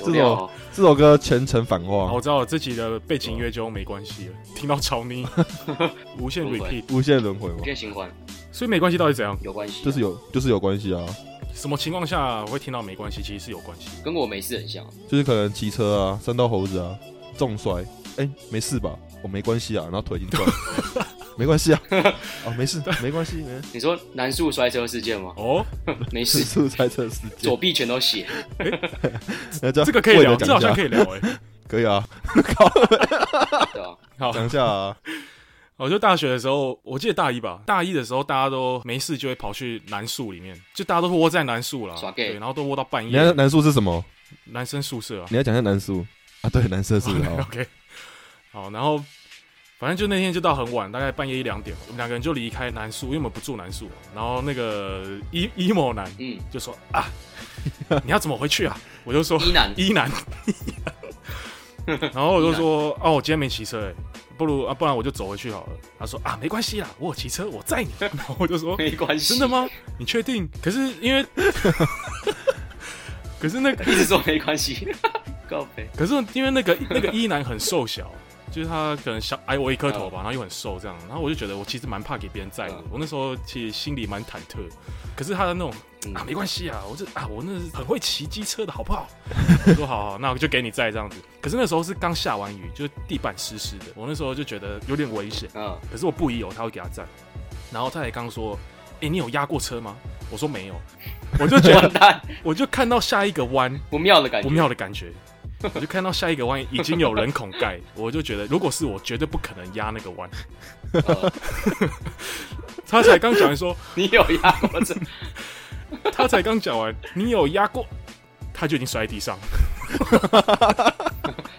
Speaker 3: 有
Speaker 1: 这
Speaker 3: 料
Speaker 1: 种
Speaker 3: 哦
Speaker 1: 这首歌全程反
Speaker 2: 好，
Speaker 1: 话
Speaker 2: 哦我，知道了这集的背景音乐就没关系 了，听到超腻，无限
Speaker 3: 不会
Speaker 2: repeat。
Speaker 1: 无限轮回嘛
Speaker 3: 无，限循环
Speaker 2: 所以没关系到底怎样？
Speaker 3: 有关系啊，
Speaker 1: 就是有就是有关系啊，
Speaker 2: 什么情况下会听到没关系？其实是有关系。
Speaker 3: 跟我没事很像，
Speaker 1: 就是可能骑车啊，三刀猴子啊，重摔，哎、没事吧？我、没关系啊，然后腿已经断了， 没关系 啊，哦，没事，没关系，没
Speaker 3: 你说南树摔车事 件吗？
Speaker 2: 哦，
Speaker 3: 没
Speaker 1: 事，
Speaker 3: 事，
Speaker 1: 速猜测事件
Speaker 3: 左，臂全都血，
Speaker 1: 那叫
Speaker 2: 哦这个可以
Speaker 1: 为了
Speaker 2: 聊，
Speaker 1: 讲
Speaker 2: 这好像
Speaker 1: 一下
Speaker 2: 可以聊哎、
Speaker 1: 可以啊，
Speaker 3: 对吧？
Speaker 2: 好，
Speaker 1: 讲一下啊，
Speaker 2: 我就大学的时候，我记得大一吧，大一的时候大家都没事就会跑去南宿里面，就大家都窝在南宿啦
Speaker 3: 耍，gay
Speaker 2: 对，然后都窝到半
Speaker 1: 你要
Speaker 2: 夜，
Speaker 1: 男宿是什么？
Speaker 2: 男生宿舍啊
Speaker 1: 你要讲一下男宿啊？对，男色宿啊，
Speaker 2: ，OK，好，然后反正就那天就到很晚，大概半夜一两点，我们两个人就离开南宿，因为我们不住南宿，然后那个 e emo 男
Speaker 3: 嗯，
Speaker 2: 就说啊， 你要怎么回去啊？我就说
Speaker 3: 一，E 男
Speaker 2: 一男，然后我就说哦，我今天没骑车哎、不如啊，不然我就走回去好了。他说啊，没关系啦，我有骑车，我载你。 然后我就说
Speaker 3: 没关系，
Speaker 2: 真的？吗？你确定？可是因为， 可是那个，
Speaker 3: 一？E 直说没关系，告白
Speaker 2: 可是因为那个 那个一男很瘦小，就是他可能小矮我一颗头吧，然后又很瘦这样，然后我就觉得我其实蛮怕给别人载的
Speaker 3: 嗯，
Speaker 2: 我那时候其实心里蛮忐忑。可是他的那种
Speaker 3: 嗯
Speaker 2: 啊，没关系啊，我这啊，我那是很会骑机车的好不好？ 我说好好，那我就给你载这样子。可是那时候是刚下完雨，就是地板湿湿的，我那时候就觉得有点危险。
Speaker 3: 嗯，
Speaker 2: 可是我不疑有他会给他赞。然后他也刚说：“哎、你有压过车吗？”我说没有，我就觉
Speaker 3: 完
Speaker 2: 得
Speaker 3: 蛋，
Speaker 2: 我就看到下一个弯
Speaker 3: 不妙的感觉，
Speaker 2: 不妙的感觉， 我就看到下一个弯已经有人孔盖，我就觉得如果是我，绝对不可能压那个弯。
Speaker 3: 呃
Speaker 2: 他才刚讲完说，
Speaker 3: 你有压过这？
Speaker 2: 他才刚讲完，你有压过，他就已经摔在地上。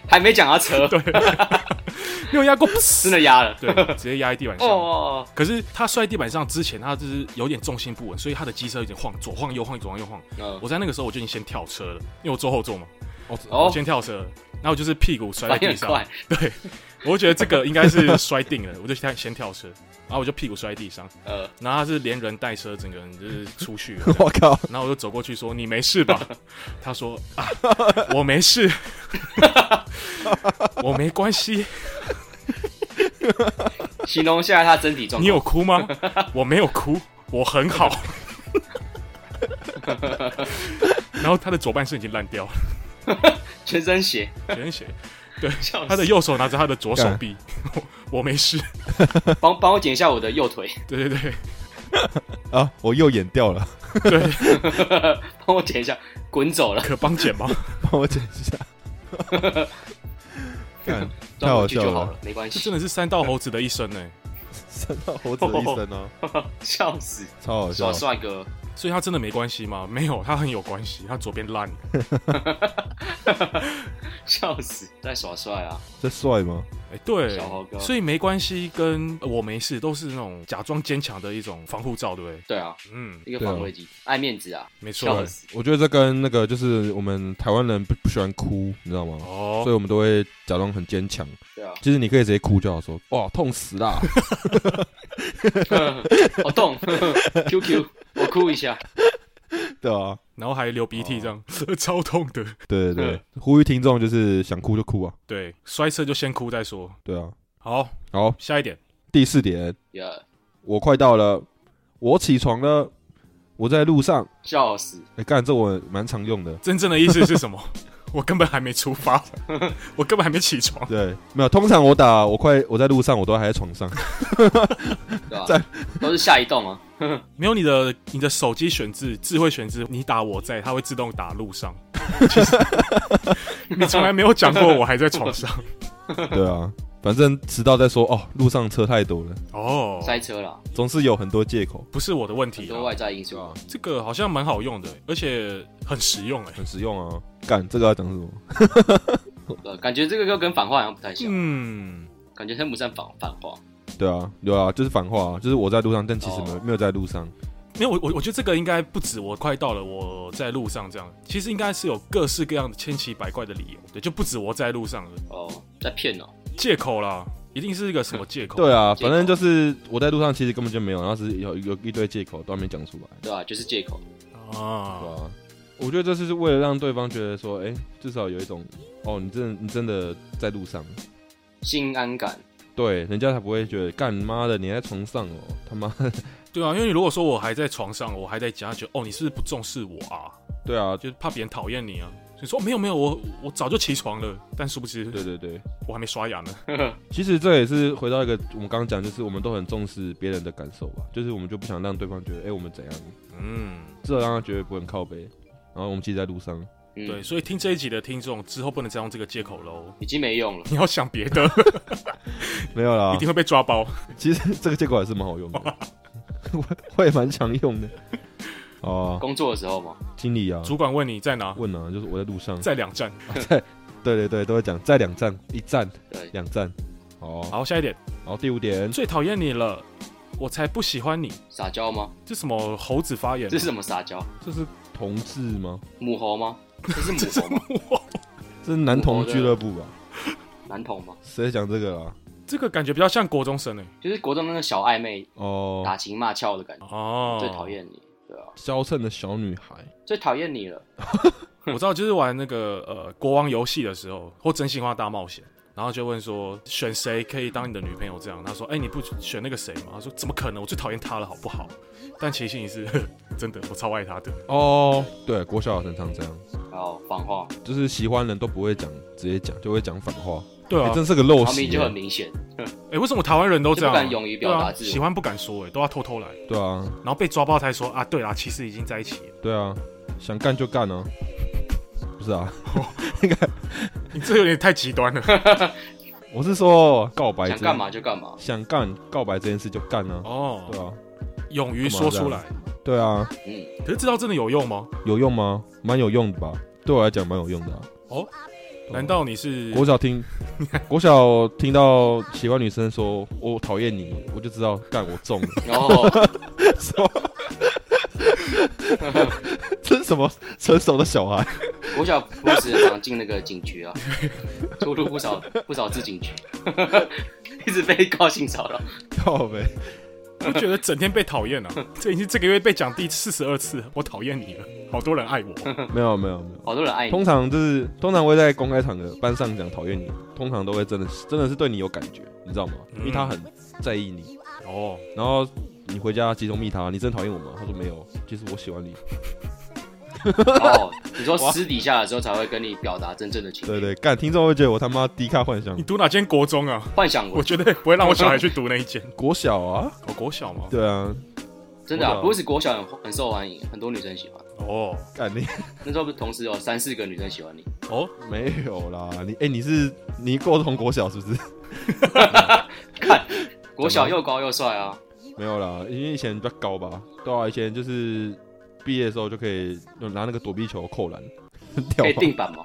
Speaker 3: 还没讲到车，
Speaker 2: 对， 你有压过，
Speaker 3: 真的压了，
Speaker 2: 对，直接压在地板
Speaker 3: 哦
Speaker 2: 上。
Speaker 3: 哦，哦
Speaker 2: 可是他摔在地板上之前，他就是有点重心不稳，所以他的机车有点晃，左晃右晃，左晃右晃。
Speaker 3: 嗯，
Speaker 2: 我在那个时候我就已经先跳车了，因为我坐后座嘛，我
Speaker 3: 哦，
Speaker 2: 先跳车了，然后我就是屁股摔在
Speaker 3: 反
Speaker 2: 地
Speaker 3: 应很
Speaker 2: 上，
Speaker 3: 快，
Speaker 2: 对，我就觉得这个应该是摔定了，我就先先跳车，然后我就屁股摔在地上，
Speaker 3: 呃，
Speaker 2: 然后他是连人带车，整个人就是出去了，
Speaker 1: 我靠，
Speaker 2: 然后我就走过去说：“你没事吧？” 他说：“啊，我没事， 我没关系。”
Speaker 3: 形容一下他整体状
Speaker 2: 你有
Speaker 3: 况。
Speaker 2: 哭吗？我没有哭，我很好。 然后他的左半身已经烂掉了，
Speaker 3: 全身血，
Speaker 2: 全血。
Speaker 3: 笑 死
Speaker 2: 他的右手拿着他的左手臂， 我没事。
Speaker 3: 帮帮我剪一下我的右腿，
Speaker 2: 对对对，
Speaker 1: 啊，我右眼掉了，
Speaker 3: 帮我剪一下，滚走了，
Speaker 2: 可帮剪吗？
Speaker 1: 帮我剪一 下。看，太
Speaker 3: 转
Speaker 1: 好
Speaker 3: 过去
Speaker 1: 笑
Speaker 3: 就好
Speaker 1: 了
Speaker 3: 了，，没关
Speaker 2: 这
Speaker 3: 系
Speaker 2: 真。的是三道猴子的一生欸呢、
Speaker 1: 三道猴子的一生哦，
Speaker 3: 笑死，
Speaker 1: 超好笑。
Speaker 3: 耍帅哥，
Speaker 2: 所以他真的没关系吗？没有，他很有关系。他左边烂，
Speaker 3: 笑死，在耍帅啊！
Speaker 1: 这帅吗？
Speaker 2: 哎、对
Speaker 3: 小猴哥，
Speaker 2: 所以没关系跟呃我没事都是那种假装坚强的一种防护罩，对不对？
Speaker 3: 对啊，
Speaker 2: 嗯，
Speaker 3: 一个
Speaker 1: 对啊
Speaker 3: 防卫机，爱面子啊，
Speaker 2: 没错
Speaker 3: 笑
Speaker 1: 对。
Speaker 3: 死。
Speaker 1: 我觉得这跟那个就是我们台湾人不不喜欢哭，你知道吗？所
Speaker 2: 哦
Speaker 1: 以，我们都会假装很坚强。
Speaker 3: 对啊，
Speaker 1: 其实你可以直接哭就好， 说哇痛死啦，
Speaker 3: 好 动，QQ，我哭一下，
Speaker 1: 对啊，
Speaker 2: 然后还流鼻
Speaker 3: 哦
Speaker 2: 涕这样， 超痛的。
Speaker 1: 对对对，
Speaker 2: 嗯
Speaker 1: 呼吁听众就是想哭就哭啊，
Speaker 2: 对，摔车就先哭再说。
Speaker 1: 对啊。
Speaker 2: 好，
Speaker 1: 好，
Speaker 2: 下一点，
Speaker 1: 第四点，
Speaker 3: 呀，
Speaker 1: 我快到了，我起床了，我在路上。
Speaker 3: 笑死，
Speaker 1: 哎、干这我蛮常用的。
Speaker 2: 真正的意思是什么？ 我根本还没出发， 我根本还没起床。
Speaker 1: 对，没有，通常我打我快我在路上，我都还在床 上。
Speaker 3: 对吧
Speaker 1: 在？
Speaker 3: 都是下一栋啊，
Speaker 2: 没有你的你的手机选字，智慧选字，你打我在，它会自动打路上。 其实你从来没有讲过我还在床上
Speaker 1: 对啊，反正迟到再说。哦，路上车太多了，
Speaker 2: 哦，
Speaker 3: 塞车啦，
Speaker 1: 总是有很多借口，
Speaker 2: 不是我的问题
Speaker 3: 很
Speaker 2: 啊，
Speaker 3: 多外在因素。
Speaker 2: 这个好像蛮好用的，而且很实用哎。
Speaker 1: 很实用啊。干这个要讲什么？
Speaker 3: 对，感觉这个又跟反话好像不太像，
Speaker 2: 嗯，感
Speaker 3: 感觉他不算反反话，
Speaker 1: 对啊，有啊，就是反话、啊，就是我在路上，但其实没有、
Speaker 3: 哦
Speaker 1: 没有在路上。
Speaker 2: 没有我我我觉得这个应该不止我快到了，我在路上这样，其实应该是有各式各样的千奇百怪的理由，对，就不止我在路上了，
Speaker 3: 哦，在骗哦，借
Speaker 2: 借口啦，一定是一个什么借口？
Speaker 1: 对啊，
Speaker 3: 借口
Speaker 1: 反正就是我在路上，其实根本就没有，然后是有有一堆借口都还没讲出来，
Speaker 3: 对吧？就是借口，
Speaker 2: 啊
Speaker 1: 对，啊。我觉得这是为了让对方觉得说，哎、至少有一种，哦，你真的你真的在路上，
Speaker 3: 心安感，
Speaker 1: 对，人家才不会觉得干妈的你还在床上哦，他妈，
Speaker 2: 对啊，因为你如果说我还在床上，我还在家，觉得哦，你是不是不重视我啊？
Speaker 1: 对啊，
Speaker 2: 就是怕别人讨厌你啊。所以说、哦没有没有，我我早就起床了，但殊不知
Speaker 1: 对对对。
Speaker 2: 我还没刷牙呢。
Speaker 1: 其实这也是回到一个我们刚刚讲，就是我们都很重视别人的感受吧，就是我们就不想让对方觉得，哎、我们怎样，
Speaker 2: 嗯，
Speaker 1: 这让他觉得不很靠背，然后我们其实在路上，
Speaker 3: 嗯，
Speaker 2: 对，，所以听这一集的听众之后不能再用这个借口喽。
Speaker 3: 已经没用了，
Speaker 2: 你要想别的，
Speaker 1: 没有啦
Speaker 3: 啊
Speaker 2: 一，定会被抓包。
Speaker 1: 其实这个结果还是蛮好用 的，我我也蛮常用的。哦、
Speaker 3: 工作的时候嘛，
Speaker 1: 经理啊，
Speaker 2: 主管问你在哪，
Speaker 1: 问啊，就是我在路上，
Speaker 2: 在两站。
Speaker 1: 对对对，都会讲在两站，一站，
Speaker 3: 对
Speaker 1: 两站。哦，
Speaker 2: 好，下一点，
Speaker 1: 然后第五
Speaker 3: 嗯
Speaker 1: 点，
Speaker 2: 最讨厌你了，我才不喜欢你。
Speaker 3: 撒娇吗？
Speaker 2: 这什么猴子发言？啊
Speaker 3: 这是什么撒娇？
Speaker 1: 这是同志吗？
Speaker 3: 母猴吗？这是母猴吗？
Speaker 1: 这是男同俱乐部吧？
Speaker 3: 男童吗？
Speaker 1: 谁讲这个啊？
Speaker 2: 这个感觉比较像国中生哎、
Speaker 3: 就是国中那个小暧昧，
Speaker 1: 哦，
Speaker 3: 打情骂俏的感觉，
Speaker 2: 哦，
Speaker 3: 最讨。厌你，对啊，
Speaker 1: 娇嗔的小女孩，
Speaker 3: 最讨厌你了，
Speaker 2: 我知道，就是玩那个呃国王游戏的时候，或真心话大冒险，然后就问说选谁可以当你的女朋友这样。他说，哎、你不选那个谁吗？他说怎么可能？我最讨厌他了，好不好？但其实心里是 真的，我超爱他的。
Speaker 1: 哦，对，国小很常这样，
Speaker 3: 然后反话，
Speaker 1: 就是喜欢人都不会讲，直接讲就会讲反话，
Speaker 2: 对
Speaker 3: 哎
Speaker 2: 啊
Speaker 1: 欸，真是个陋
Speaker 3: 然后明
Speaker 1: 习
Speaker 3: 明就很
Speaker 1: 欸。
Speaker 3: 明显，
Speaker 2: 哎、为什么台湾人都这样啊、
Speaker 3: 就不敢勇于表达
Speaker 2: 对啊
Speaker 3: 自我
Speaker 2: 喜欢不敢说、哎，都要偷偷来，
Speaker 1: 对啊，
Speaker 2: 然后被抓包才说啊，对啦，其实已经在一起了。
Speaker 1: 对啊，想干就干啊，不是啊，
Speaker 2: 你 这有点太极端了。
Speaker 1: 我是说告白
Speaker 3: 想
Speaker 1: 这
Speaker 3: 干嘛就干嘛，
Speaker 1: 想干告白这件事就干啊，
Speaker 2: 哦，
Speaker 1: 对啊，
Speaker 2: 勇于说出来，
Speaker 1: 对啊，
Speaker 3: 嗯，
Speaker 2: 可是知道真的有用吗？
Speaker 1: 有用吗？蛮有用的吧，对我来讲蛮有用的、啊。
Speaker 2: 哦
Speaker 1: 对啊，
Speaker 2: 难道你是
Speaker 1: 国小听国小听到喜欢女生说我讨厌你，我就知道干我中了，
Speaker 3: 然后
Speaker 1: 什么？ 这是什么成熟的小孩？
Speaker 3: 我小不时常进那个警局啊， 出入 不少不少次警局，一直被高性骚扰，
Speaker 1: 靠呗。
Speaker 2: 我觉得整天被讨厌了， 这已经这个月被讲第四十二次，我讨厌你了，好多人爱我，
Speaker 1: 没有没有没有。
Speaker 3: 好多人爱你
Speaker 1: 通，常就是通常会在公开场合班上讲讨厌你，通常都会真的是真的是对你有感觉，你知道吗？因为他很在意你，
Speaker 2: 哦，
Speaker 1: 然后你回家集中密他，你真的讨厌我吗？他说没有，其实我喜欢你。
Speaker 3: 哦，你说私底下的时候才会跟你表达真正的情
Speaker 1: 对
Speaker 3: 绪，
Speaker 1: 对，干听众会觉得我他妈低咖幻想
Speaker 2: 你读哪间国中啊？
Speaker 3: 幻想
Speaker 2: 我
Speaker 3: 文
Speaker 2: 绝对不会让我小孩去读那一间。
Speaker 1: 国小啊，
Speaker 2: 哦，国小吗？
Speaker 1: 对啊，
Speaker 3: 真的啊，
Speaker 1: 我
Speaker 3: 不是国小很很受欢迎，很多女生喜欢。
Speaker 2: 哦
Speaker 1: 干你
Speaker 3: 那时候不是同时有三四个女生喜欢你，
Speaker 2: 哦，
Speaker 1: 没有啦，你哎、你是你过同国小是不是？
Speaker 3: 国小又高又帅啊，
Speaker 1: 没有啦，因为以前比较高吧，对啊，以前就是毕业的时候就可以用拿那个躲避球扣篮， 掉
Speaker 3: 可以
Speaker 1: 吧
Speaker 3: 定版吗？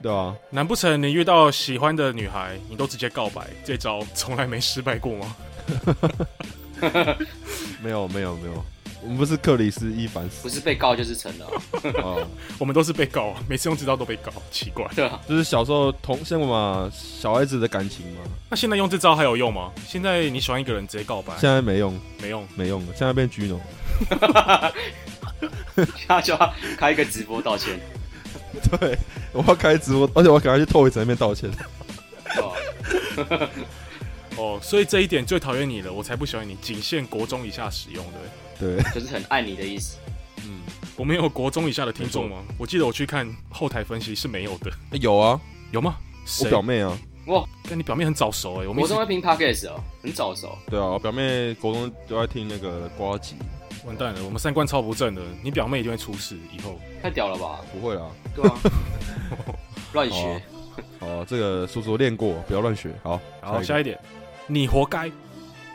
Speaker 1: 对啊，
Speaker 2: 难不成你遇到喜欢的女孩，你都直接告白？这招从来没失败过吗？
Speaker 1: 没有没有没有，我们不是克里斯一凡
Speaker 3: 不
Speaker 1: 斯
Speaker 3: 是被告就是成了啊，
Speaker 1: 啊。
Speaker 2: 我们都是被告，啊每次用这招都被告，奇怪。
Speaker 3: 对啊，
Speaker 1: 就是小时候同像嘛，小孩子的感情嘛，
Speaker 2: 那现在用这招还有用吗？现在你喜欢一个人直接告
Speaker 3: 哎
Speaker 2: 白
Speaker 1: 现在没用，
Speaker 2: 没用？
Speaker 1: 没用了，现在变 G 农，
Speaker 3: 他就要开一个直播道歉，
Speaker 1: 对，我要开直播，而且我赶快去透一层那边道歉。
Speaker 3: 对吧？
Speaker 2: 哦，所以这一点最讨厌你了，我才不喜欢你，仅限国中以下使用的。
Speaker 1: 对，
Speaker 3: 就是很爱你的意思。
Speaker 2: 嗯，我们有国中以下的听众吗？我记得我去看后台分析是没有的，
Speaker 1: 有啊，
Speaker 2: 有吗？
Speaker 1: 我
Speaker 2: 谁
Speaker 1: 表？妹啊，
Speaker 2: 但你表面很早熟哎、我们
Speaker 3: 国
Speaker 2: 一直
Speaker 3: 中会听 podcast 哦，很早熟，
Speaker 1: 对啊，我表妹国中都在听那个瓜吉，
Speaker 2: 完蛋了，我们三观超不正的，你表妹一定会出事。以后
Speaker 3: 太屌了吧？
Speaker 1: 不会啦，
Speaker 3: 对啊， 乱学，
Speaker 1: 哦，这个叔叔练过，不要乱学。好，
Speaker 2: 好，
Speaker 1: 一
Speaker 2: 下一点，你活该，
Speaker 1: 个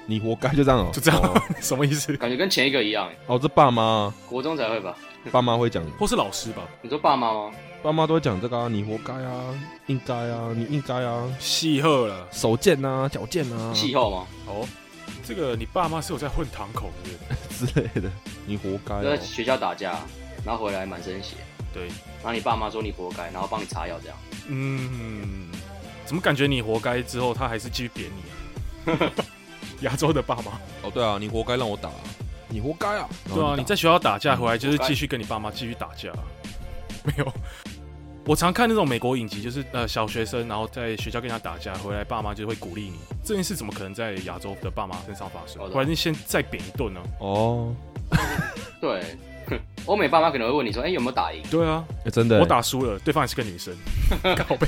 Speaker 1: 你活该就这样哦，
Speaker 2: 就这样
Speaker 1: 哦，
Speaker 2: 什么意思？
Speaker 3: 感觉跟前一个一样欸，
Speaker 1: 哦这爸妈，
Speaker 3: 国中才会吧？
Speaker 1: 爸妈会讲，
Speaker 2: 或是老师吧，
Speaker 3: 你说爸妈吗？
Speaker 1: 爸妈都会讲这个啊，你活该啊，应该啊，你应该啊，
Speaker 2: 戏鹤了。
Speaker 1: 手贱啊，脚贱啊
Speaker 3: 气候吗？
Speaker 2: 哦，这个你爸妈是有在混堂口的，
Speaker 1: 之类的，你活该、
Speaker 3: 就
Speaker 1: 哦
Speaker 3: 在。学校打架，然后回来满身血，
Speaker 2: 对，
Speaker 3: 然后你爸妈说你活该，然后帮你擦药这样。
Speaker 2: 嗯，怎么感觉你活该之后，他还是继续扁你、啊？亚洲的爸妈，
Speaker 1: 哦，对啊，你活该让我打、你活该啊。
Speaker 2: 对啊，你在学校打架回来就是继续跟你爸妈继续打架啊、没有。我常看那种美国影集，就是呃小学生，然后在学校跟人家打架，回来爸妈就会鼓励你。这件事怎么可能在亚洲的爸妈身上发生
Speaker 3: 好？的
Speaker 2: 回来你先再扁一顿呢、啊
Speaker 1: 哦，
Speaker 3: 对， 欧美爸妈可能会问你说，哎、有没有打赢？
Speaker 2: 对啊，
Speaker 1: 欸真的欸、
Speaker 2: 我打输了，对方也是个女生，靠背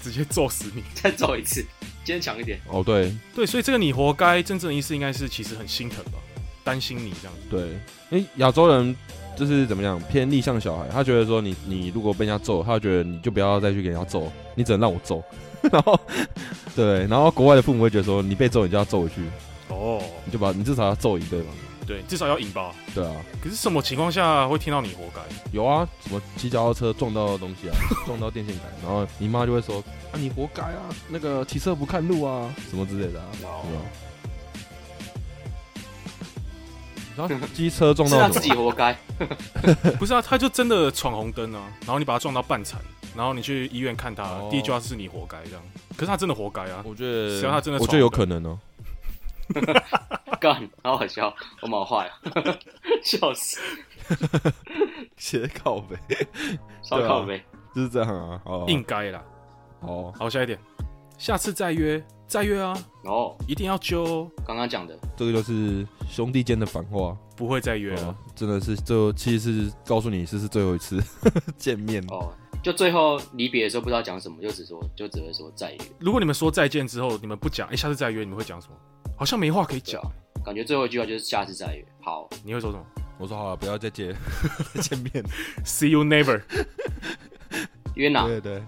Speaker 2: 直接揍死你。
Speaker 3: 再走一次，坚强一点。
Speaker 1: 哦，对
Speaker 2: 对，所以这个你活该，真正的意思应该是其实很心疼吧，担心你这样子。
Speaker 1: 对，因为亚洲人就是怎么讲偏逆向小孩，他觉得说你你如果被人家揍，他觉得你就不要再去给人家揍，你只能让我揍。 然后对，然后国外的父母会觉得说你被揍，你就要揍回去，
Speaker 2: 哦，
Speaker 1: 你就把你至少要揍一对吧？
Speaker 2: 对，至少要赢吧。
Speaker 1: 对啊，
Speaker 2: 可是什么情况下会听到你活该？
Speaker 1: 有啊，什么骑脚踏车撞到东西啊，撞到电线杆，然后你妈就会说啊你活该啊，那个骑车不看路啊，什么之类的啊，对
Speaker 3: 哦
Speaker 1: 吧？然 后机车撞
Speaker 3: 是
Speaker 1: 到
Speaker 3: 他
Speaker 1: 什么
Speaker 3: 自己活该，
Speaker 2: 不是啊，他就真的闯红灯啊，然后你把他撞到半残，然后你去医院看他，
Speaker 1: 哦
Speaker 2: 第一句话是你活该这样。可是他真的活该啊，
Speaker 1: 我觉得，
Speaker 2: 只要他真的
Speaker 1: 我觉得
Speaker 2: 闯
Speaker 1: 有
Speaker 2: 红
Speaker 1: 可能哦、
Speaker 3: 干，好好笑，我们好坏啊，, 笑死，
Speaker 1: 斜靠呗，啊
Speaker 3: 烧烤呗，
Speaker 1: 就是这样啊。好啊
Speaker 2: 应该啦。
Speaker 1: 哦，
Speaker 2: 好，下一点，下次再约，再约啊，
Speaker 3: 然后
Speaker 2: 一定要揪哦，
Speaker 3: 刚刚讲的，
Speaker 1: 这个就是兄弟间的反话。
Speaker 2: 不会再
Speaker 3: 啊
Speaker 2: 约了。啊
Speaker 1: 哦真的是最后，其实是告诉你这是最后一次 见面。
Speaker 3: 哦，就最后离别的时候不知道讲什么，就只说就只会说再约，
Speaker 2: 如果你们说再见之后，你们不讲，哎、下次再约，你们会讲什么？好像没话可以讲，
Speaker 3: 感觉最后一句话就是下次再约。好，
Speaker 2: 你会说什么
Speaker 1: 我说好了，不要再见， 再见 面。
Speaker 2: ？See you never。
Speaker 3: 约哪？
Speaker 1: 对对，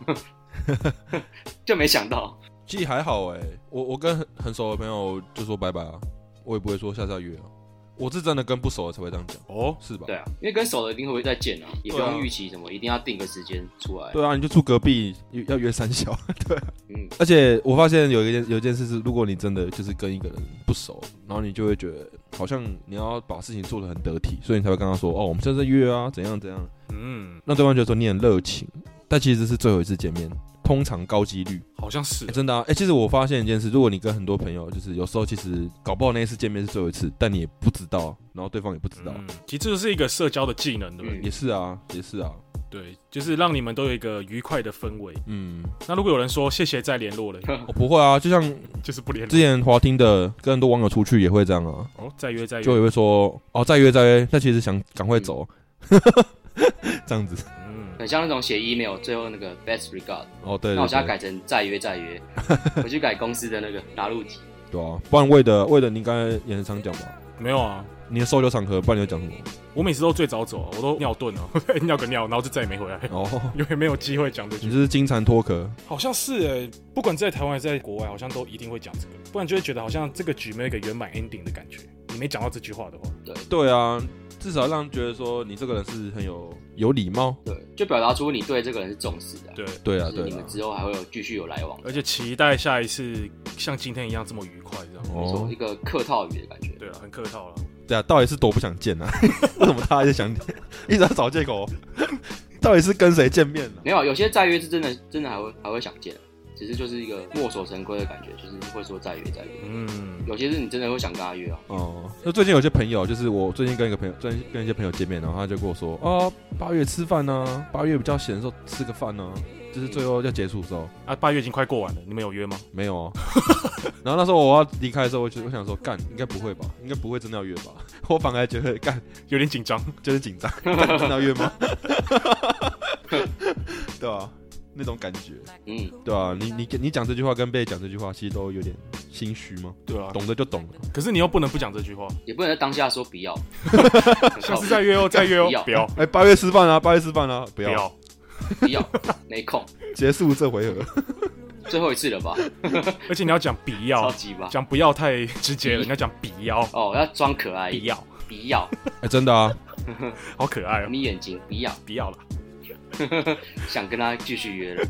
Speaker 3: 就没想到，
Speaker 1: 其实还好哎、我我跟很很熟的朋友就说拜拜啊，我也不会说下次要约啊。我是真的跟不熟的才会这样讲，
Speaker 2: 哦，
Speaker 1: 是吧？
Speaker 3: 对啊，因为跟熟的一定会再见啊，也不
Speaker 1: 对啊
Speaker 3: 用预期什么，一定要定个时间出来。
Speaker 1: 对啊，你就住隔壁，要约三小。
Speaker 3: 嗯，
Speaker 1: 而且我发现有一件有一件事是，如果你真的就是跟一个人不熟，然后你就会觉得好像你要把事情做得很得体，所以你才会跟他说哦，我们现在约啊，怎样怎样，
Speaker 2: 嗯，
Speaker 1: 让对方觉得说你很热情，但其实是最后一次见面，通常高几率。
Speaker 2: 好像是
Speaker 1: 欸、真的啊！哎、其实我发现一件事，如果你跟很多朋友，就是有时候其实搞不好那一次见面是最后一次，但你也不知道，然后对方也不知道，
Speaker 2: 嗯，其实这就是一个社交的技能，对不对？
Speaker 1: 也是啊，也是啊，
Speaker 2: 对，就是让你们都有一个愉快的氛围。
Speaker 1: 嗯，
Speaker 2: 那如果有人说谢谢再联络了，
Speaker 1: 我、不会啊，就像
Speaker 2: 就是不联
Speaker 1: 之
Speaker 2: 络
Speaker 1: 前华听的，跟很多网友出去也会这样啊，
Speaker 2: 哦，再约再
Speaker 1: 就
Speaker 2: 约，
Speaker 1: 也会说哦再约再约，但其实想赶快走，
Speaker 3: 嗯
Speaker 1: 这样子。
Speaker 2: 嗯，
Speaker 3: 很像那种写 email 最后那个 best regard，
Speaker 1: 哦，对
Speaker 3: 那我
Speaker 1: 对
Speaker 3: 现在
Speaker 1: 对，
Speaker 3: 改成再约再约， 我去改公司的那个拿路题，
Speaker 1: 对啊，不然为的为的你刚才也很常讲嘛，
Speaker 2: 没有啊，
Speaker 1: 你的收留场合，不然你要讲 什么？
Speaker 2: 我每次都最早走啊，我 都尿遁了，尿个尿，然后就再也没回来，
Speaker 1: 哦，
Speaker 2: 因为没有机会讲这
Speaker 1: 你
Speaker 2: 句。
Speaker 1: 这是金蝉脱壳，
Speaker 2: 嗯好像是哎，不管在台湾还是在国外，好像都一定会讲这个，不然就会觉得好像这个局没有一个圆满 ending 的感觉。你没讲到这句话的话，
Speaker 1: 对啊，至少让人觉得说你这个人是很有有礼貌。
Speaker 3: 对，就表达出你对这个人是重视的啊，
Speaker 2: 对，
Speaker 1: 对啊，
Speaker 3: 就是
Speaker 1: 对啊
Speaker 3: 你们。之后还会有继续有来往，
Speaker 2: 而且期待下一次像今天一样这么愉快，这样。
Speaker 3: 没错
Speaker 1: 哦
Speaker 3: 一，个客套语的感觉。
Speaker 2: 对啊，很客套了。
Speaker 1: 对啊，到底是多不想见啊？ 为什么他还是想 一直要找借口？ 到底是跟谁见面呢、
Speaker 3: 没有啊，有些再约是真的，真的还会还会想见，只是就是一个墨守成规的感觉，就是会说再约再约。
Speaker 2: 嗯，
Speaker 3: 有些是你真的会想跟他约啊，
Speaker 1: 哦，就最近有些朋友，就是我最近跟一个朋友，最近跟一些朋友见面，然后他就跟我说，哦，八月吃饭呢、八月比较闲的时候吃个饭呢、就是最后要结束的时候，
Speaker 2: 啊，八月已经快过完了，你们有约吗？
Speaker 1: 没有哦。然后那时候我要离开的时候，我就我想说，干，应该不会吧？应该不会真的要约吧？我反而觉得，干，
Speaker 2: 有点紧张。
Speaker 1: 就是紧张，干真的要约吗？ 对啊，那种感觉。
Speaker 3: 嗯，
Speaker 1: 对啊，你你你讲这句话跟被讲这句话，其实都有点心虚吗？
Speaker 2: 对啊，
Speaker 1: 懂得就懂了，
Speaker 2: 可是你又不能不讲这句话，
Speaker 3: 也不能在当下说不 要，
Speaker 2: 下次再约 哦，再约哦，不
Speaker 3: 不
Speaker 2: 要，
Speaker 1: 哎、八月吃饭啊，八月吃饭啊，不
Speaker 2: 不
Speaker 1: 要
Speaker 2: 要，
Speaker 3: 不要，没空，
Speaker 1: 结束这回合。
Speaker 3: 最后一次了吧，
Speaker 2: 而且你要讲必
Speaker 3: 超
Speaker 2: 要，
Speaker 3: 级吧。
Speaker 2: 讲不要太直接了，你要讲必要，
Speaker 3: 哦，要装可爱，
Speaker 2: 必，要，
Speaker 3: 不要，
Speaker 1: 哎、真的啊，
Speaker 2: 哎 好可爱哦，
Speaker 3: 眯眼睛，不要，
Speaker 2: 不要啦，
Speaker 3: 想跟他继续约了，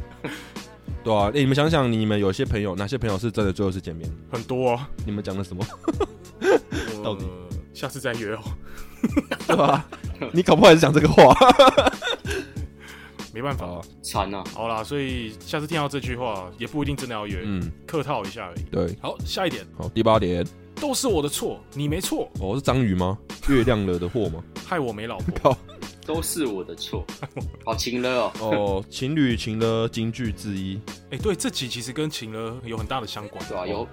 Speaker 1: 对啊，哎你们想想，你们有些朋友，哪些朋友是真的最后一次见面？
Speaker 2: 很多 哦，
Speaker 1: 你们讲了什么？ 到底
Speaker 2: 呃下次再 约哦，
Speaker 1: 对吧、你搞不好也是讲这个话。
Speaker 2: 没办 法。
Speaker 1: 好啊，
Speaker 3: 惨啊，
Speaker 2: 好啦，所以下次听到这句话也不一定真的要约，
Speaker 1: 嗯，
Speaker 2: 客套一下而已。
Speaker 1: 对，
Speaker 2: 好，下一点
Speaker 1: 好，第八点，
Speaker 2: 都是我的错，你没错，
Speaker 1: 哦，是章鱼吗？月亮惹的祸吗？
Speaker 2: 害我没老婆。
Speaker 1: 靠，
Speaker 3: 都是我的错，好情了哦，
Speaker 1: 哦，情侣情的金句之一，
Speaker 2: 哎、对，这集其实跟情了有很大的相关，
Speaker 3: 对吧、啊有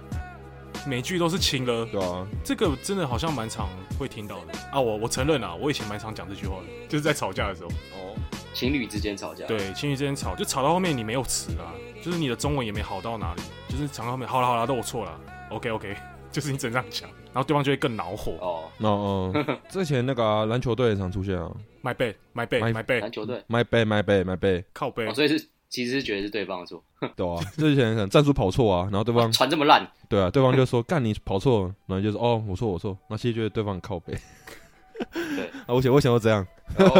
Speaker 2: 每句都是情了，
Speaker 1: 对啊，
Speaker 2: 这个真的好像蛮常会听到的啊。我我承认啊，我以前蛮常讲这句话的，就是在吵架的时候，
Speaker 1: 哦，
Speaker 3: 情侣之间吵架，，
Speaker 2: 对情侣之间吵，就吵到后面你没有词啦，就是你的中文也没好到哪里，就是吵到后面，好了好了，都我错了，OK OK，就是你 整这样讲，然后对方就会更恼火。
Speaker 3: 哦，
Speaker 1: 那 哦，之前那个啊篮、球队也常出现啊
Speaker 2: My bad, my bad,
Speaker 1: My-
Speaker 2: my bad，
Speaker 3: 篮球队，
Speaker 1: ，my bad，my bad，my bad，
Speaker 2: 靠背
Speaker 3: 哦，。所以是其实是觉得是对方的错，
Speaker 1: 对啊，之前可能战术跑错啊，然后对方
Speaker 3: 传这么烂，
Speaker 1: 对啊，对方就说干你跑错了，然后你就说哦我错我错，那其实觉得对方很靠背。
Speaker 3: 对
Speaker 1: 啊，我想我想要这样，
Speaker 3: 然后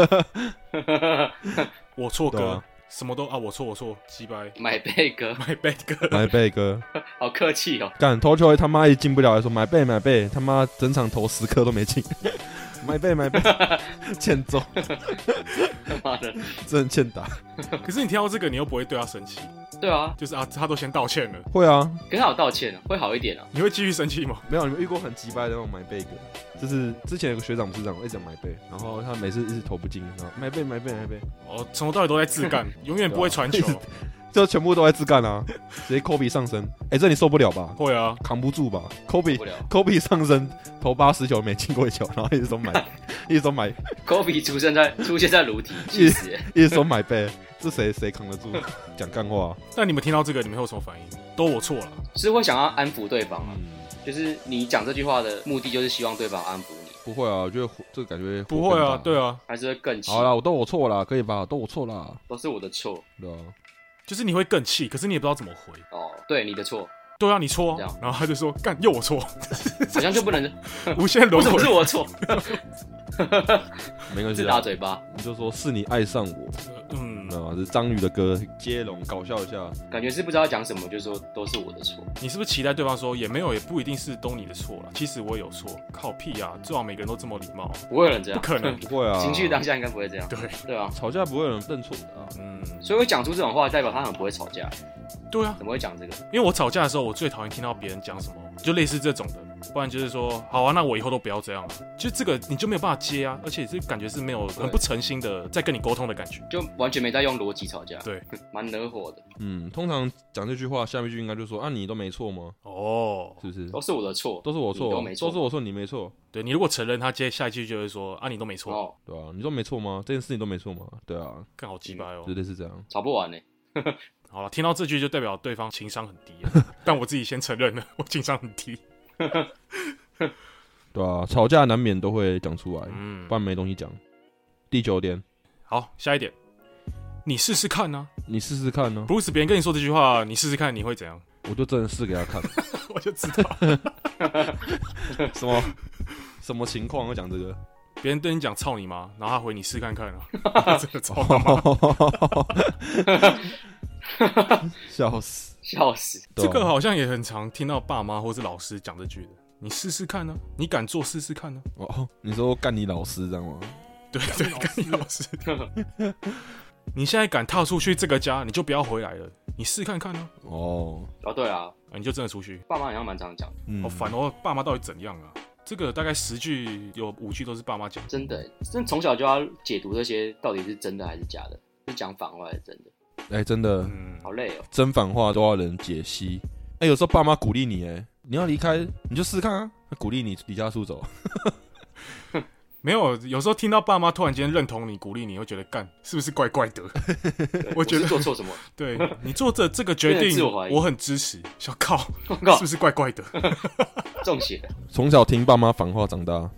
Speaker 2: 我错
Speaker 1: 对
Speaker 2: 哥
Speaker 1: 啊，
Speaker 2: 什么都啊，我错我错，鸡掰
Speaker 3: 买贝哥，
Speaker 2: ，my bad 哥，
Speaker 1: 买背哥
Speaker 3: 好客气哦，
Speaker 1: 干投球他妈也进不了，还说买背买背，他妈整场投十颗都没进， 买背买背，欠揍，
Speaker 3: 妈的，
Speaker 1: 真的欠打。
Speaker 2: 可是你听到这个，你又不会对他生气，
Speaker 3: 对啊，
Speaker 2: 就是啊，他都先道歉了，
Speaker 1: 会啊，
Speaker 3: 跟他有道歉啊，会好一点啊，
Speaker 2: 你会继续生气吗？
Speaker 1: 没有你们遇过很鸡掰的那种买背哥，就是之前有个学长不是这样，一直买背，然后他每次一直投不进，然后买背买背买背，
Speaker 2: 哦，从头到尾都在自干，永远不会传球，
Speaker 1: 就全部都在自干啊，直接科比上身，哎、这你受不了吧？
Speaker 2: 会啊，
Speaker 1: 扛不住吧？科比
Speaker 3: 受不了
Speaker 1: 科比上身投八十球没进过一球，然后一直说买，一直说买，
Speaker 3: 科比出生在 出现在炉体，气死人，
Speaker 1: 一直说买背，这谁谁扛得住？讲干话，啊
Speaker 2: 那你们听到这个，你们会有什么反应？都我错了，
Speaker 3: 是会想要安抚对方啊，
Speaker 1: 嗯，
Speaker 3: 就是你讲这句话的目的就是希望对方安抚你，
Speaker 1: 不会啊，我觉得火这个感觉
Speaker 2: 不会啊，对
Speaker 1: 啊。
Speaker 2: 啊，
Speaker 3: 还是会更气，
Speaker 1: 好啦，我都我错啦，可以吧？都我错啦，
Speaker 3: 都是我的错
Speaker 1: 对啊，
Speaker 2: 就是你会更气，可是你也不知道怎么回。
Speaker 3: 哦，对你的错，
Speaker 2: 对啊，你错
Speaker 3: 这
Speaker 2: 啊
Speaker 3: 样，
Speaker 2: 然后他就说干又我错，
Speaker 3: 好像就不能，
Speaker 2: 无限
Speaker 3: 为
Speaker 2: 轮
Speaker 3: 什么是
Speaker 2: 回。
Speaker 3: 我的错？
Speaker 1: 没关系
Speaker 3: 自
Speaker 1: 啊
Speaker 3: 打，嘴巴，
Speaker 1: 你就说是你爱上我，
Speaker 2: 嗯，
Speaker 1: 没有啊，是张宇的歌接龙搞笑一下，
Speaker 3: 感觉是不知道讲什么，就说都是我的错。
Speaker 2: 你是不是期待对方说也没有，也不一定是都你的错了？其实我有错，靠屁啊！最好每个人都这么礼貌，
Speaker 3: 不会有人这
Speaker 2: 不
Speaker 3: 样，
Speaker 2: 可 能
Speaker 1: 不会啊，
Speaker 3: 嗯情绪当下应该不会这样，
Speaker 2: 对，
Speaker 3: 对啊。
Speaker 1: 吵架不会有人认错的啊。
Speaker 2: 嗯，
Speaker 3: 所以会讲出这种话，代表他很不会吵架。
Speaker 2: 对啊，
Speaker 3: 怎么会讲这个？
Speaker 2: 因为我吵架的时候，我最讨厌听到别人讲什么，就类似这种的，不然就是说，好啊，那我以后都不要这样了。就这个你就没有办法接啊，而且这感觉是没有很不诚心的在跟你沟通的感觉。
Speaker 3: 就完全没在用逻辑吵架，
Speaker 2: 对，
Speaker 3: 蛮惹火的，
Speaker 1: 嗯，通常讲这句话，下面一句应该就说啊，你都没错吗？
Speaker 2: 哦，
Speaker 1: 是不是？
Speaker 3: 都是我的错。
Speaker 1: 都是我错，
Speaker 3: 你都没错
Speaker 1: 是我错，你没错，
Speaker 2: 对你如果承认，他接下一句就会说啊，你都没错，
Speaker 3: 哦，
Speaker 1: 对啊，你都没错吗？这件事情都没错吗？对啊，
Speaker 2: 更好鸡掰哦
Speaker 3: 嗯
Speaker 1: 绝。对是这样。
Speaker 3: 吵不完呢、
Speaker 2: 好了，听到这句就代表对方情商很低了， 但我自己先承认了，我情商很低。
Speaker 1: 对啊，吵架难免都会讲出来，
Speaker 2: 嗯
Speaker 1: 不，然没东西讲。第九点，
Speaker 2: 好，下一点，你试试看呢、
Speaker 1: 你试试看呢、
Speaker 2: 不是别人跟你说这句话，你试试看你会怎样？
Speaker 1: 我就真的试给他看，
Speaker 2: 我就知道，
Speaker 1: 什么什么情况要讲这个？
Speaker 2: 别人对你讲操你妈，然后他回你试看看 啊，真的操他妈。
Speaker 1: 笑死！
Speaker 3: 笑死！
Speaker 1: 对
Speaker 2: 这
Speaker 1: 啊
Speaker 2: 个好像也很常听到爸妈或是老师讲这句的。你试试看呢、你敢做试试看呢、
Speaker 1: 哦，你说干你老师这样吗？
Speaker 2: 对对，干你老师， 你现在敢踏出去这个家，你就不要回来了。你试看看呢、
Speaker 1: 哦，
Speaker 3: 哦，对啊，
Speaker 2: 啊，你就真的出去。
Speaker 3: 爸妈好像蛮常讲的，
Speaker 1: 嗯，
Speaker 2: 好烦哦，爸妈到底怎样啊？这个大概十句有五句都是爸妈讲。
Speaker 3: 真的、欸，真的从小就要解读这些到底是真的还是假的，是讲反话还是真的，
Speaker 1: 哎、真的，
Speaker 2: 嗯，
Speaker 3: 好累哦。
Speaker 1: 真反话都要人解析。哎、有时候爸妈鼓励你、哎，你要离开，你就试试看啊，鼓励你离家出走。
Speaker 2: 没有，有时候听到爸妈突然间认同你、鼓励你，会觉得干是不是怪怪 的？
Speaker 3: 对
Speaker 2: 我觉得
Speaker 3: 是做错 什么？
Speaker 2: 对你做这这个决
Speaker 3: 有点
Speaker 2: 定
Speaker 3: 自我怀，疑
Speaker 2: 我很支持。小靠，
Speaker 3: 我
Speaker 2: 是
Speaker 3: 靠
Speaker 2: 不，是怪怪的？
Speaker 3: 中邪了！
Speaker 1: 从小听爸妈反话长大，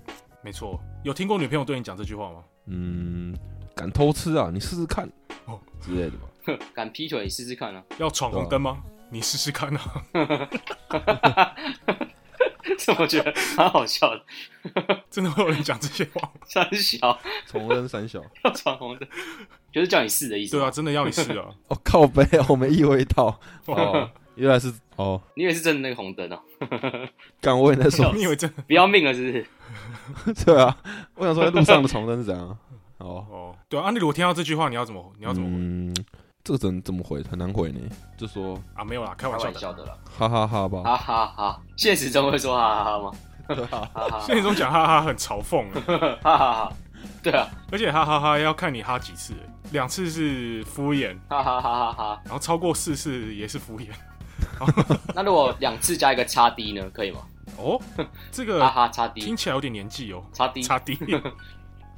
Speaker 2: 没错，有听过女朋友对你讲这句话吗？
Speaker 1: 嗯，敢偷吃啊，你试试看，
Speaker 2: 哦
Speaker 1: 之类的吧。
Speaker 3: 敢劈腿试试看啊！
Speaker 2: 要闯红灯吗？你试试看啊！
Speaker 3: 这我觉得蛮好笑的，
Speaker 2: 真的会有人讲这些 话？
Speaker 3: 三小
Speaker 1: 重温三小，
Speaker 3: 要闯红灯，就是叫你试的意思。
Speaker 2: 对啊，，真的要你试 啊！
Speaker 1: 哦靠背，我没意会到， 哦，原来是哦，
Speaker 3: 你以为是真的那个红灯哦、
Speaker 1: 干我也在说，
Speaker 2: 你以为真的？
Speaker 3: 不要命了是不是？
Speaker 1: 对啊，我想说在路上的重灯是怎样啊？哦，
Speaker 2: 哦，对啊，那如果听到这句话，你要怎么？你要怎么回
Speaker 1: 嗯，这个怎怎么回？很难回呢，就说
Speaker 2: 啊？没有啦，开
Speaker 3: 开
Speaker 2: 玩笑
Speaker 3: 玩
Speaker 2: 的
Speaker 3: 笑。的啦，
Speaker 1: 哈哈哈吧。
Speaker 3: 哈哈哈！现实中会说哈哈哈吗？哈哈
Speaker 2: 现实中讲哈哈很嘲讽欸，
Speaker 3: 哈哈哈！对啊，
Speaker 2: 而且哈哈哈要看你哈几次欸，两次是敷衍，
Speaker 3: 哈哈哈哈哈！
Speaker 2: 然后超过四次也是 敷衍。
Speaker 3: 那如果两次加一个叉 D 呢，可以吗？
Speaker 2: 哦，这
Speaker 3: 哈
Speaker 2: 个
Speaker 3: 哈，叉 D，
Speaker 2: 听起来有点年纪哦，
Speaker 3: 叉 D，
Speaker 2: 差 低。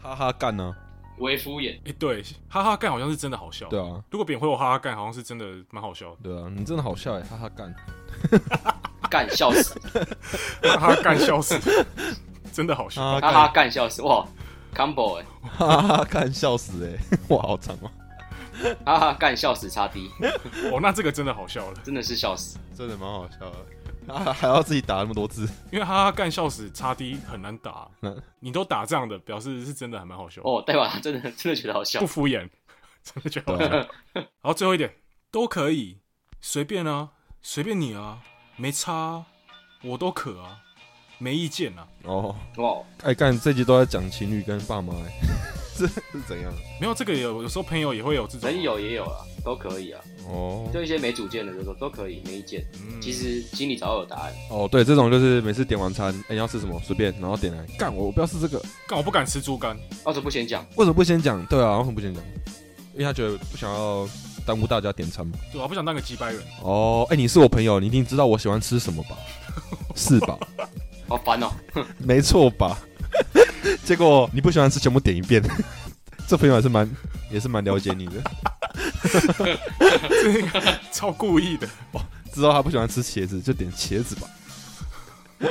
Speaker 1: 哈哈干啊呢、
Speaker 3: 为敷衍，
Speaker 2: 哎，对，哈哈干好像是真的好笑。
Speaker 1: 对啊，
Speaker 2: 如果扁回我哈哈干，好像是真的蛮好笑
Speaker 1: 对啊，你真的好笑哎，哈哈干。
Speaker 3: 干笑 死，
Speaker 2: 的，哈哈干 笑死，真的好笑。
Speaker 1: 哈
Speaker 3: 哈哈，干笑死，哇，combo 哎、
Speaker 1: 哈哈干，笑死哎、 哇，好长哦、
Speaker 3: 哈哈干笑死叉 D，
Speaker 2: 哦，那这个真的好笑了，
Speaker 3: 真的是笑死，
Speaker 1: 真的蛮好笑的。啊，还要自己打那么多字，
Speaker 2: 因为哈哈干笑死差低很难 打
Speaker 1: 嗯，
Speaker 2: 你都打这样的，表示是真的还蛮好笑，
Speaker 3: 哦，代表他真的真的觉得好笑
Speaker 2: 不，敷衍， 真的觉得好
Speaker 1: 对
Speaker 2: 笑。
Speaker 1: 啊，
Speaker 2: 然后最后一点，都可以，随便啊，随便你啊，没差、啊，我都可啊，没意见啊。
Speaker 1: 哦，
Speaker 3: 哇，
Speaker 1: 哎干，这集都在讲情侣跟爸妈、哎， 这是怎样？
Speaker 2: 没有这个有有时候朋友也会有这种、
Speaker 3: 人，有也有啦，都可以啊，
Speaker 1: 哦，
Speaker 3: 就一些没主见的就说都可以，没意见，
Speaker 2: 嗯
Speaker 3: 其实心里早有答案，
Speaker 1: 哦，对，这种就是每次点完餐，哎、你要吃什么随便，然后点来干，我我不要吃这个，
Speaker 2: 干我不敢吃猪肝，
Speaker 3: 为哦什么不先讲？
Speaker 1: 为什么不先讲？对啊，为什么不先讲？因为他觉得不想要耽误大家点餐嘛。
Speaker 2: 对啊，不想当个鸡掰人。
Speaker 1: 哦，哎、你是我朋友，你一定知道我喜欢吃什么吧？ 是吧？
Speaker 3: 好烦哦、
Speaker 1: 没错吧？ 结果你不喜欢吃，全部点一遍。 这朋友还是蛮也是蛮了解你的，
Speaker 2: 这个超故意的。
Speaker 1: 知道他不喜欢吃茄子，就点茄子吧。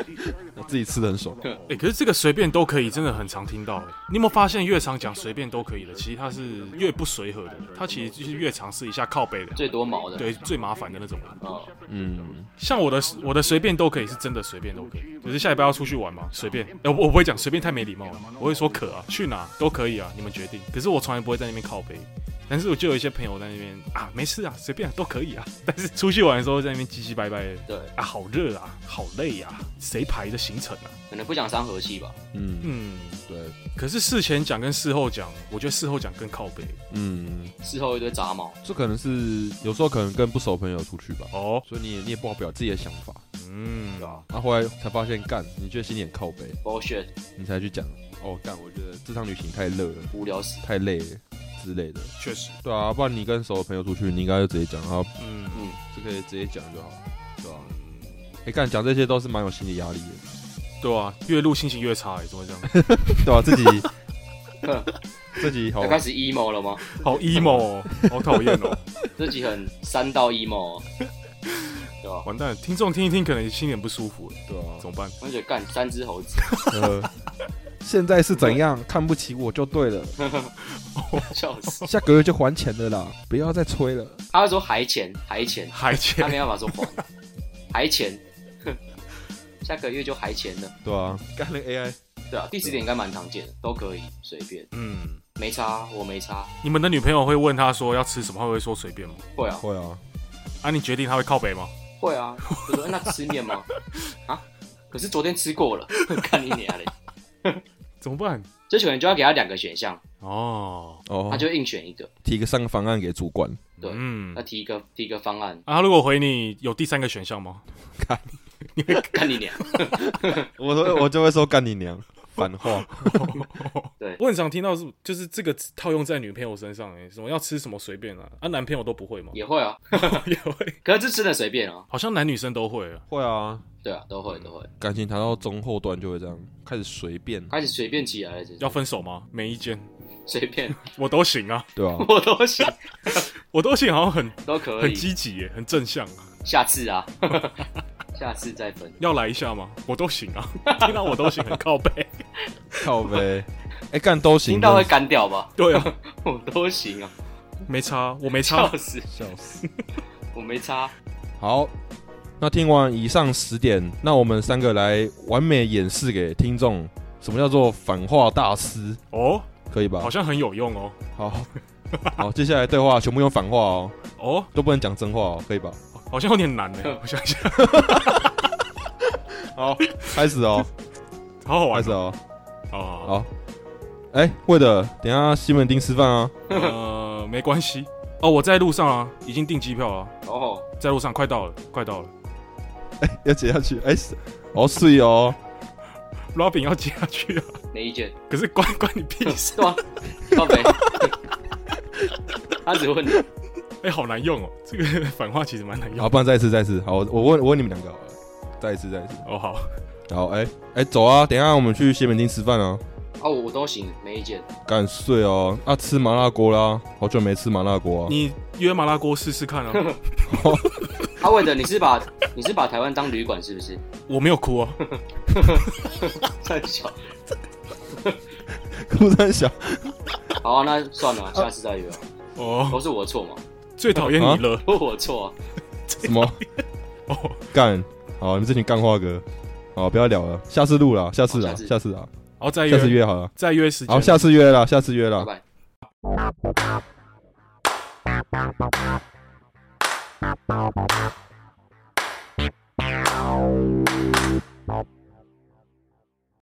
Speaker 1: 自己吃的很爽，
Speaker 2: 哎、可是这个随便都可以，真的很常听到欸。你有没有发现，越常讲随便都可以的，其实它是越不随和的，它其实就是越尝试一下靠背的，
Speaker 3: 最多毛的，
Speaker 2: 对，最麻烦的那种人。
Speaker 3: 哦，
Speaker 1: 嗯，
Speaker 2: 像我的我的随便都可以，是真的随便都可以。只是下礼拜要出去玩嘛，随便。呃，我我不会讲随便太没礼貌了，我会说可啊，去哪都可以啊，你们决定。可是我从来不会在那边靠背，但是我就有一些朋友在那边啊，没事啊，随便、啊、都可以啊。 但是出去玩的时候在那边唧唧歪歪的
Speaker 3: 对，
Speaker 2: 啊，好热啊，好累啊，谁排的行程啊？
Speaker 3: 可能不想伤和气吧。
Speaker 1: 嗯，
Speaker 2: 嗯，
Speaker 1: 对，
Speaker 2: 可是事前讲跟事后讲，我觉得事后讲更靠背
Speaker 1: 嗯，
Speaker 3: 事后一堆杂毛，
Speaker 1: 这可能是有时候可能跟不熟朋友出去吧，
Speaker 2: 哦。
Speaker 1: 所以你也你也不好表自己的想法，
Speaker 2: 嗯
Speaker 1: 对，吧？他、啊后来才发现，干，你觉得心里很靠背，
Speaker 3: bullshit，
Speaker 1: 你才去讲，哦，干，我觉得这趟旅行太热了，
Speaker 3: 无聊死。
Speaker 1: 太累了之类的。
Speaker 2: 确实，
Speaker 1: 对啊，不然你跟熟的朋友出去，你应该就直接讲，然后
Speaker 2: 嗯，
Speaker 3: 嗯，
Speaker 1: 就可以直接讲就好，对吧、啊？哎、干，讲这些都是蛮有心理压力的，
Speaker 2: 对啊，越录心情越差、欸，怎么会这样？
Speaker 1: 对吧、自己自己好
Speaker 3: 要，开始 emo 了 吗？
Speaker 2: 好 emo，、哦、好讨厌哦，
Speaker 3: 这集很三到 emo，哦对吧？
Speaker 2: 完蛋了！听众听一听，可能心里很不舒服，
Speaker 1: 对啊
Speaker 2: 怎么 办？
Speaker 3: 我就觉得干三只猴子，
Speaker 1: 呃， 现在是怎样看不起我就对了，
Speaker 3: 笑死。
Speaker 1: 下个月就还钱的啦，不要再催了。
Speaker 3: 他会说还钱，还钱，
Speaker 2: 还
Speaker 3: 他
Speaker 2: 钱，
Speaker 3: 没办法说还，还钱。下个月就还钱了，
Speaker 1: 对啊， 干了 AI，
Speaker 3: 对啊，第十点应该蛮常见的，都可以随便，
Speaker 2: 嗯，
Speaker 3: 没差，啊我没差，
Speaker 2: 你们的女朋友会问他说要吃什么，他会说随便吗？
Speaker 3: 会啊，
Speaker 1: 会啊，
Speaker 2: 啊，你决定他会靠北吗？
Speaker 3: 会啊，我说那吃 面吗？啊，可是昨天吃过了， 看你娘嘞，
Speaker 2: 怎么办？
Speaker 3: 这可能就要给他两个选项，
Speaker 2: 哦，
Speaker 1: 哦，
Speaker 3: 他就硬选一个，
Speaker 1: 提个三个方案给主管，
Speaker 3: 对，
Speaker 2: 嗯，
Speaker 3: 那提一个提一个方 案，
Speaker 2: 啊，他如果回你有第三个选项吗？
Speaker 3: 看你娘，
Speaker 1: 我说我就会说干你娘， 反话，
Speaker 2: 我很常听到是，就是这个套用在女朋友身上、欸，什么要吃什么随便啊，啊，男朋友都不会吗？
Speaker 3: 也会啊，
Speaker 2: 也会，
Speaker 3: 可是这吃的随便啊，
Speaker 2: 好像男女生都会啊。
Speaker 1: 会啊，
Speaker 3: 对啊，都会都会，
Speaker 2: 嗯
Speaker 1: 感情谈到中后段就会这样，开始随便，
Speaker 3: 开始随便起来了，就是
Speaker 2: 要分手吗？每一间
Speaker 3: 随便，
Speaker 2: 我都行啊，
Speaker 1: 对啊，
Speaker 3: 我都行，
Speaker 2: 我都行，好像很
Speaker 3: 都可
Speaker 2: 很
Speaker 3: 以，
Speaker 2: 积极耶，很正向、啊。
Speaker 3: 下次啊， 下次再分，
Speaker 2: 要来一下吗？我都行啊， 听到我都行，很靠背。
Speaker 1: 靠呗，哎、干都行，
Speaker 3: 听到会干掉吧？
Speaker 2: 对啊，
Speaker 3: 我 都行啊，
Speaker 2: 没差，我没差啊
Speaker 3: 笑。死，
Speaker 1: 笑死。
Speaker 3: 我没差，
Speaker 1: 好，那听完以上十点，那我们三个来完美演示给听众，什么叫做反话大师，
Speaker 2: 哦，
Speaker 1: 可以吧
Speaker 2: 好？像很有用哦。
Speaker 1: 好，好，接下来对话全部用反话哦，
Speaker 2: 哦，
Speaker 1: 都不能讲真话哦，可以吧？
Speaker 2: 好像有点难呢。
Speaker 1: 嗯
Speaker 2: 我想一下，
Speaker 1: 好，开始 哦，
Speaker 2: 好好
Speaker 1: 开
Speaker 2: 玩
Speaker 1: 始哦，
Speaker 2: 哦。
Speaker 1: 好。哎、为了等一下西门町吃饭啊，
Speaker 2: 呃，没关系。哦，我在路上啊，已经订机票了啊，
Speaker 3: 哦，
Speaker 2: 在路上，快到了，快到了。
Speaker 1: 要接下去，哎、是哦睡哦，
Speaker 2: Robin 要接下去啊，
Speaker 3: 没意见，
Speaker 2: 可是关关你屁 事。
Speaker 3: 对啊，靠北， 他只问你，
Speaker 2: 哎，好难用哦，这个反话其实蛮难用
Speaker 1: 好，。不然再一次，再一次，好，我我问我问你们两个好了，再一次，再一次，
Speaker 2: 哦，好，
Speaker 1: 好，哎、哎、走啊，等一下我们去西门町吃饭啊。
Speaker 3: 哦，我都行，没意见，
Speaker 1: 干睡哦，啊，吃麻辣锅啦，好久没吃麻辣锅啊。
Speaker 2: 你约麻辣锅试试 看啊。
Speaker 3: 他问的你是把你是把台湾当旅馆是不是？
Speaker 2: 我没有哭啊，
Speaker 3: 太小，
Speaker 1: 哭山小，
Speaker 3: 好啊、那算了，下次再约啊，
Speaker 2: 哦，
Speaker 3: 都是我的错嘛，
Speaker 2: 最讨厌你了。
Speaker 3: 都是我的错啊，
Speaker 1: 什么
Speaker 2: 哦，
Speaker 1: 干？好，你们这群干话哥，好，不要聊了，下次录了，下次
Speaker 3: 好
Speaker 1: 啊，
Speaker 3: 下次
Speaker 1: 下次啊，
Speaker 2: 好，再
Speaker 1: 下次
Speaker 2: 约，
Speaker 1: 约好了，
Speaker 2: 再约时间。
Speaker 1: 好，下次约了，下次约
Speaker 3: 拜
Speaker 1: 了，
Speaker 3: 拜。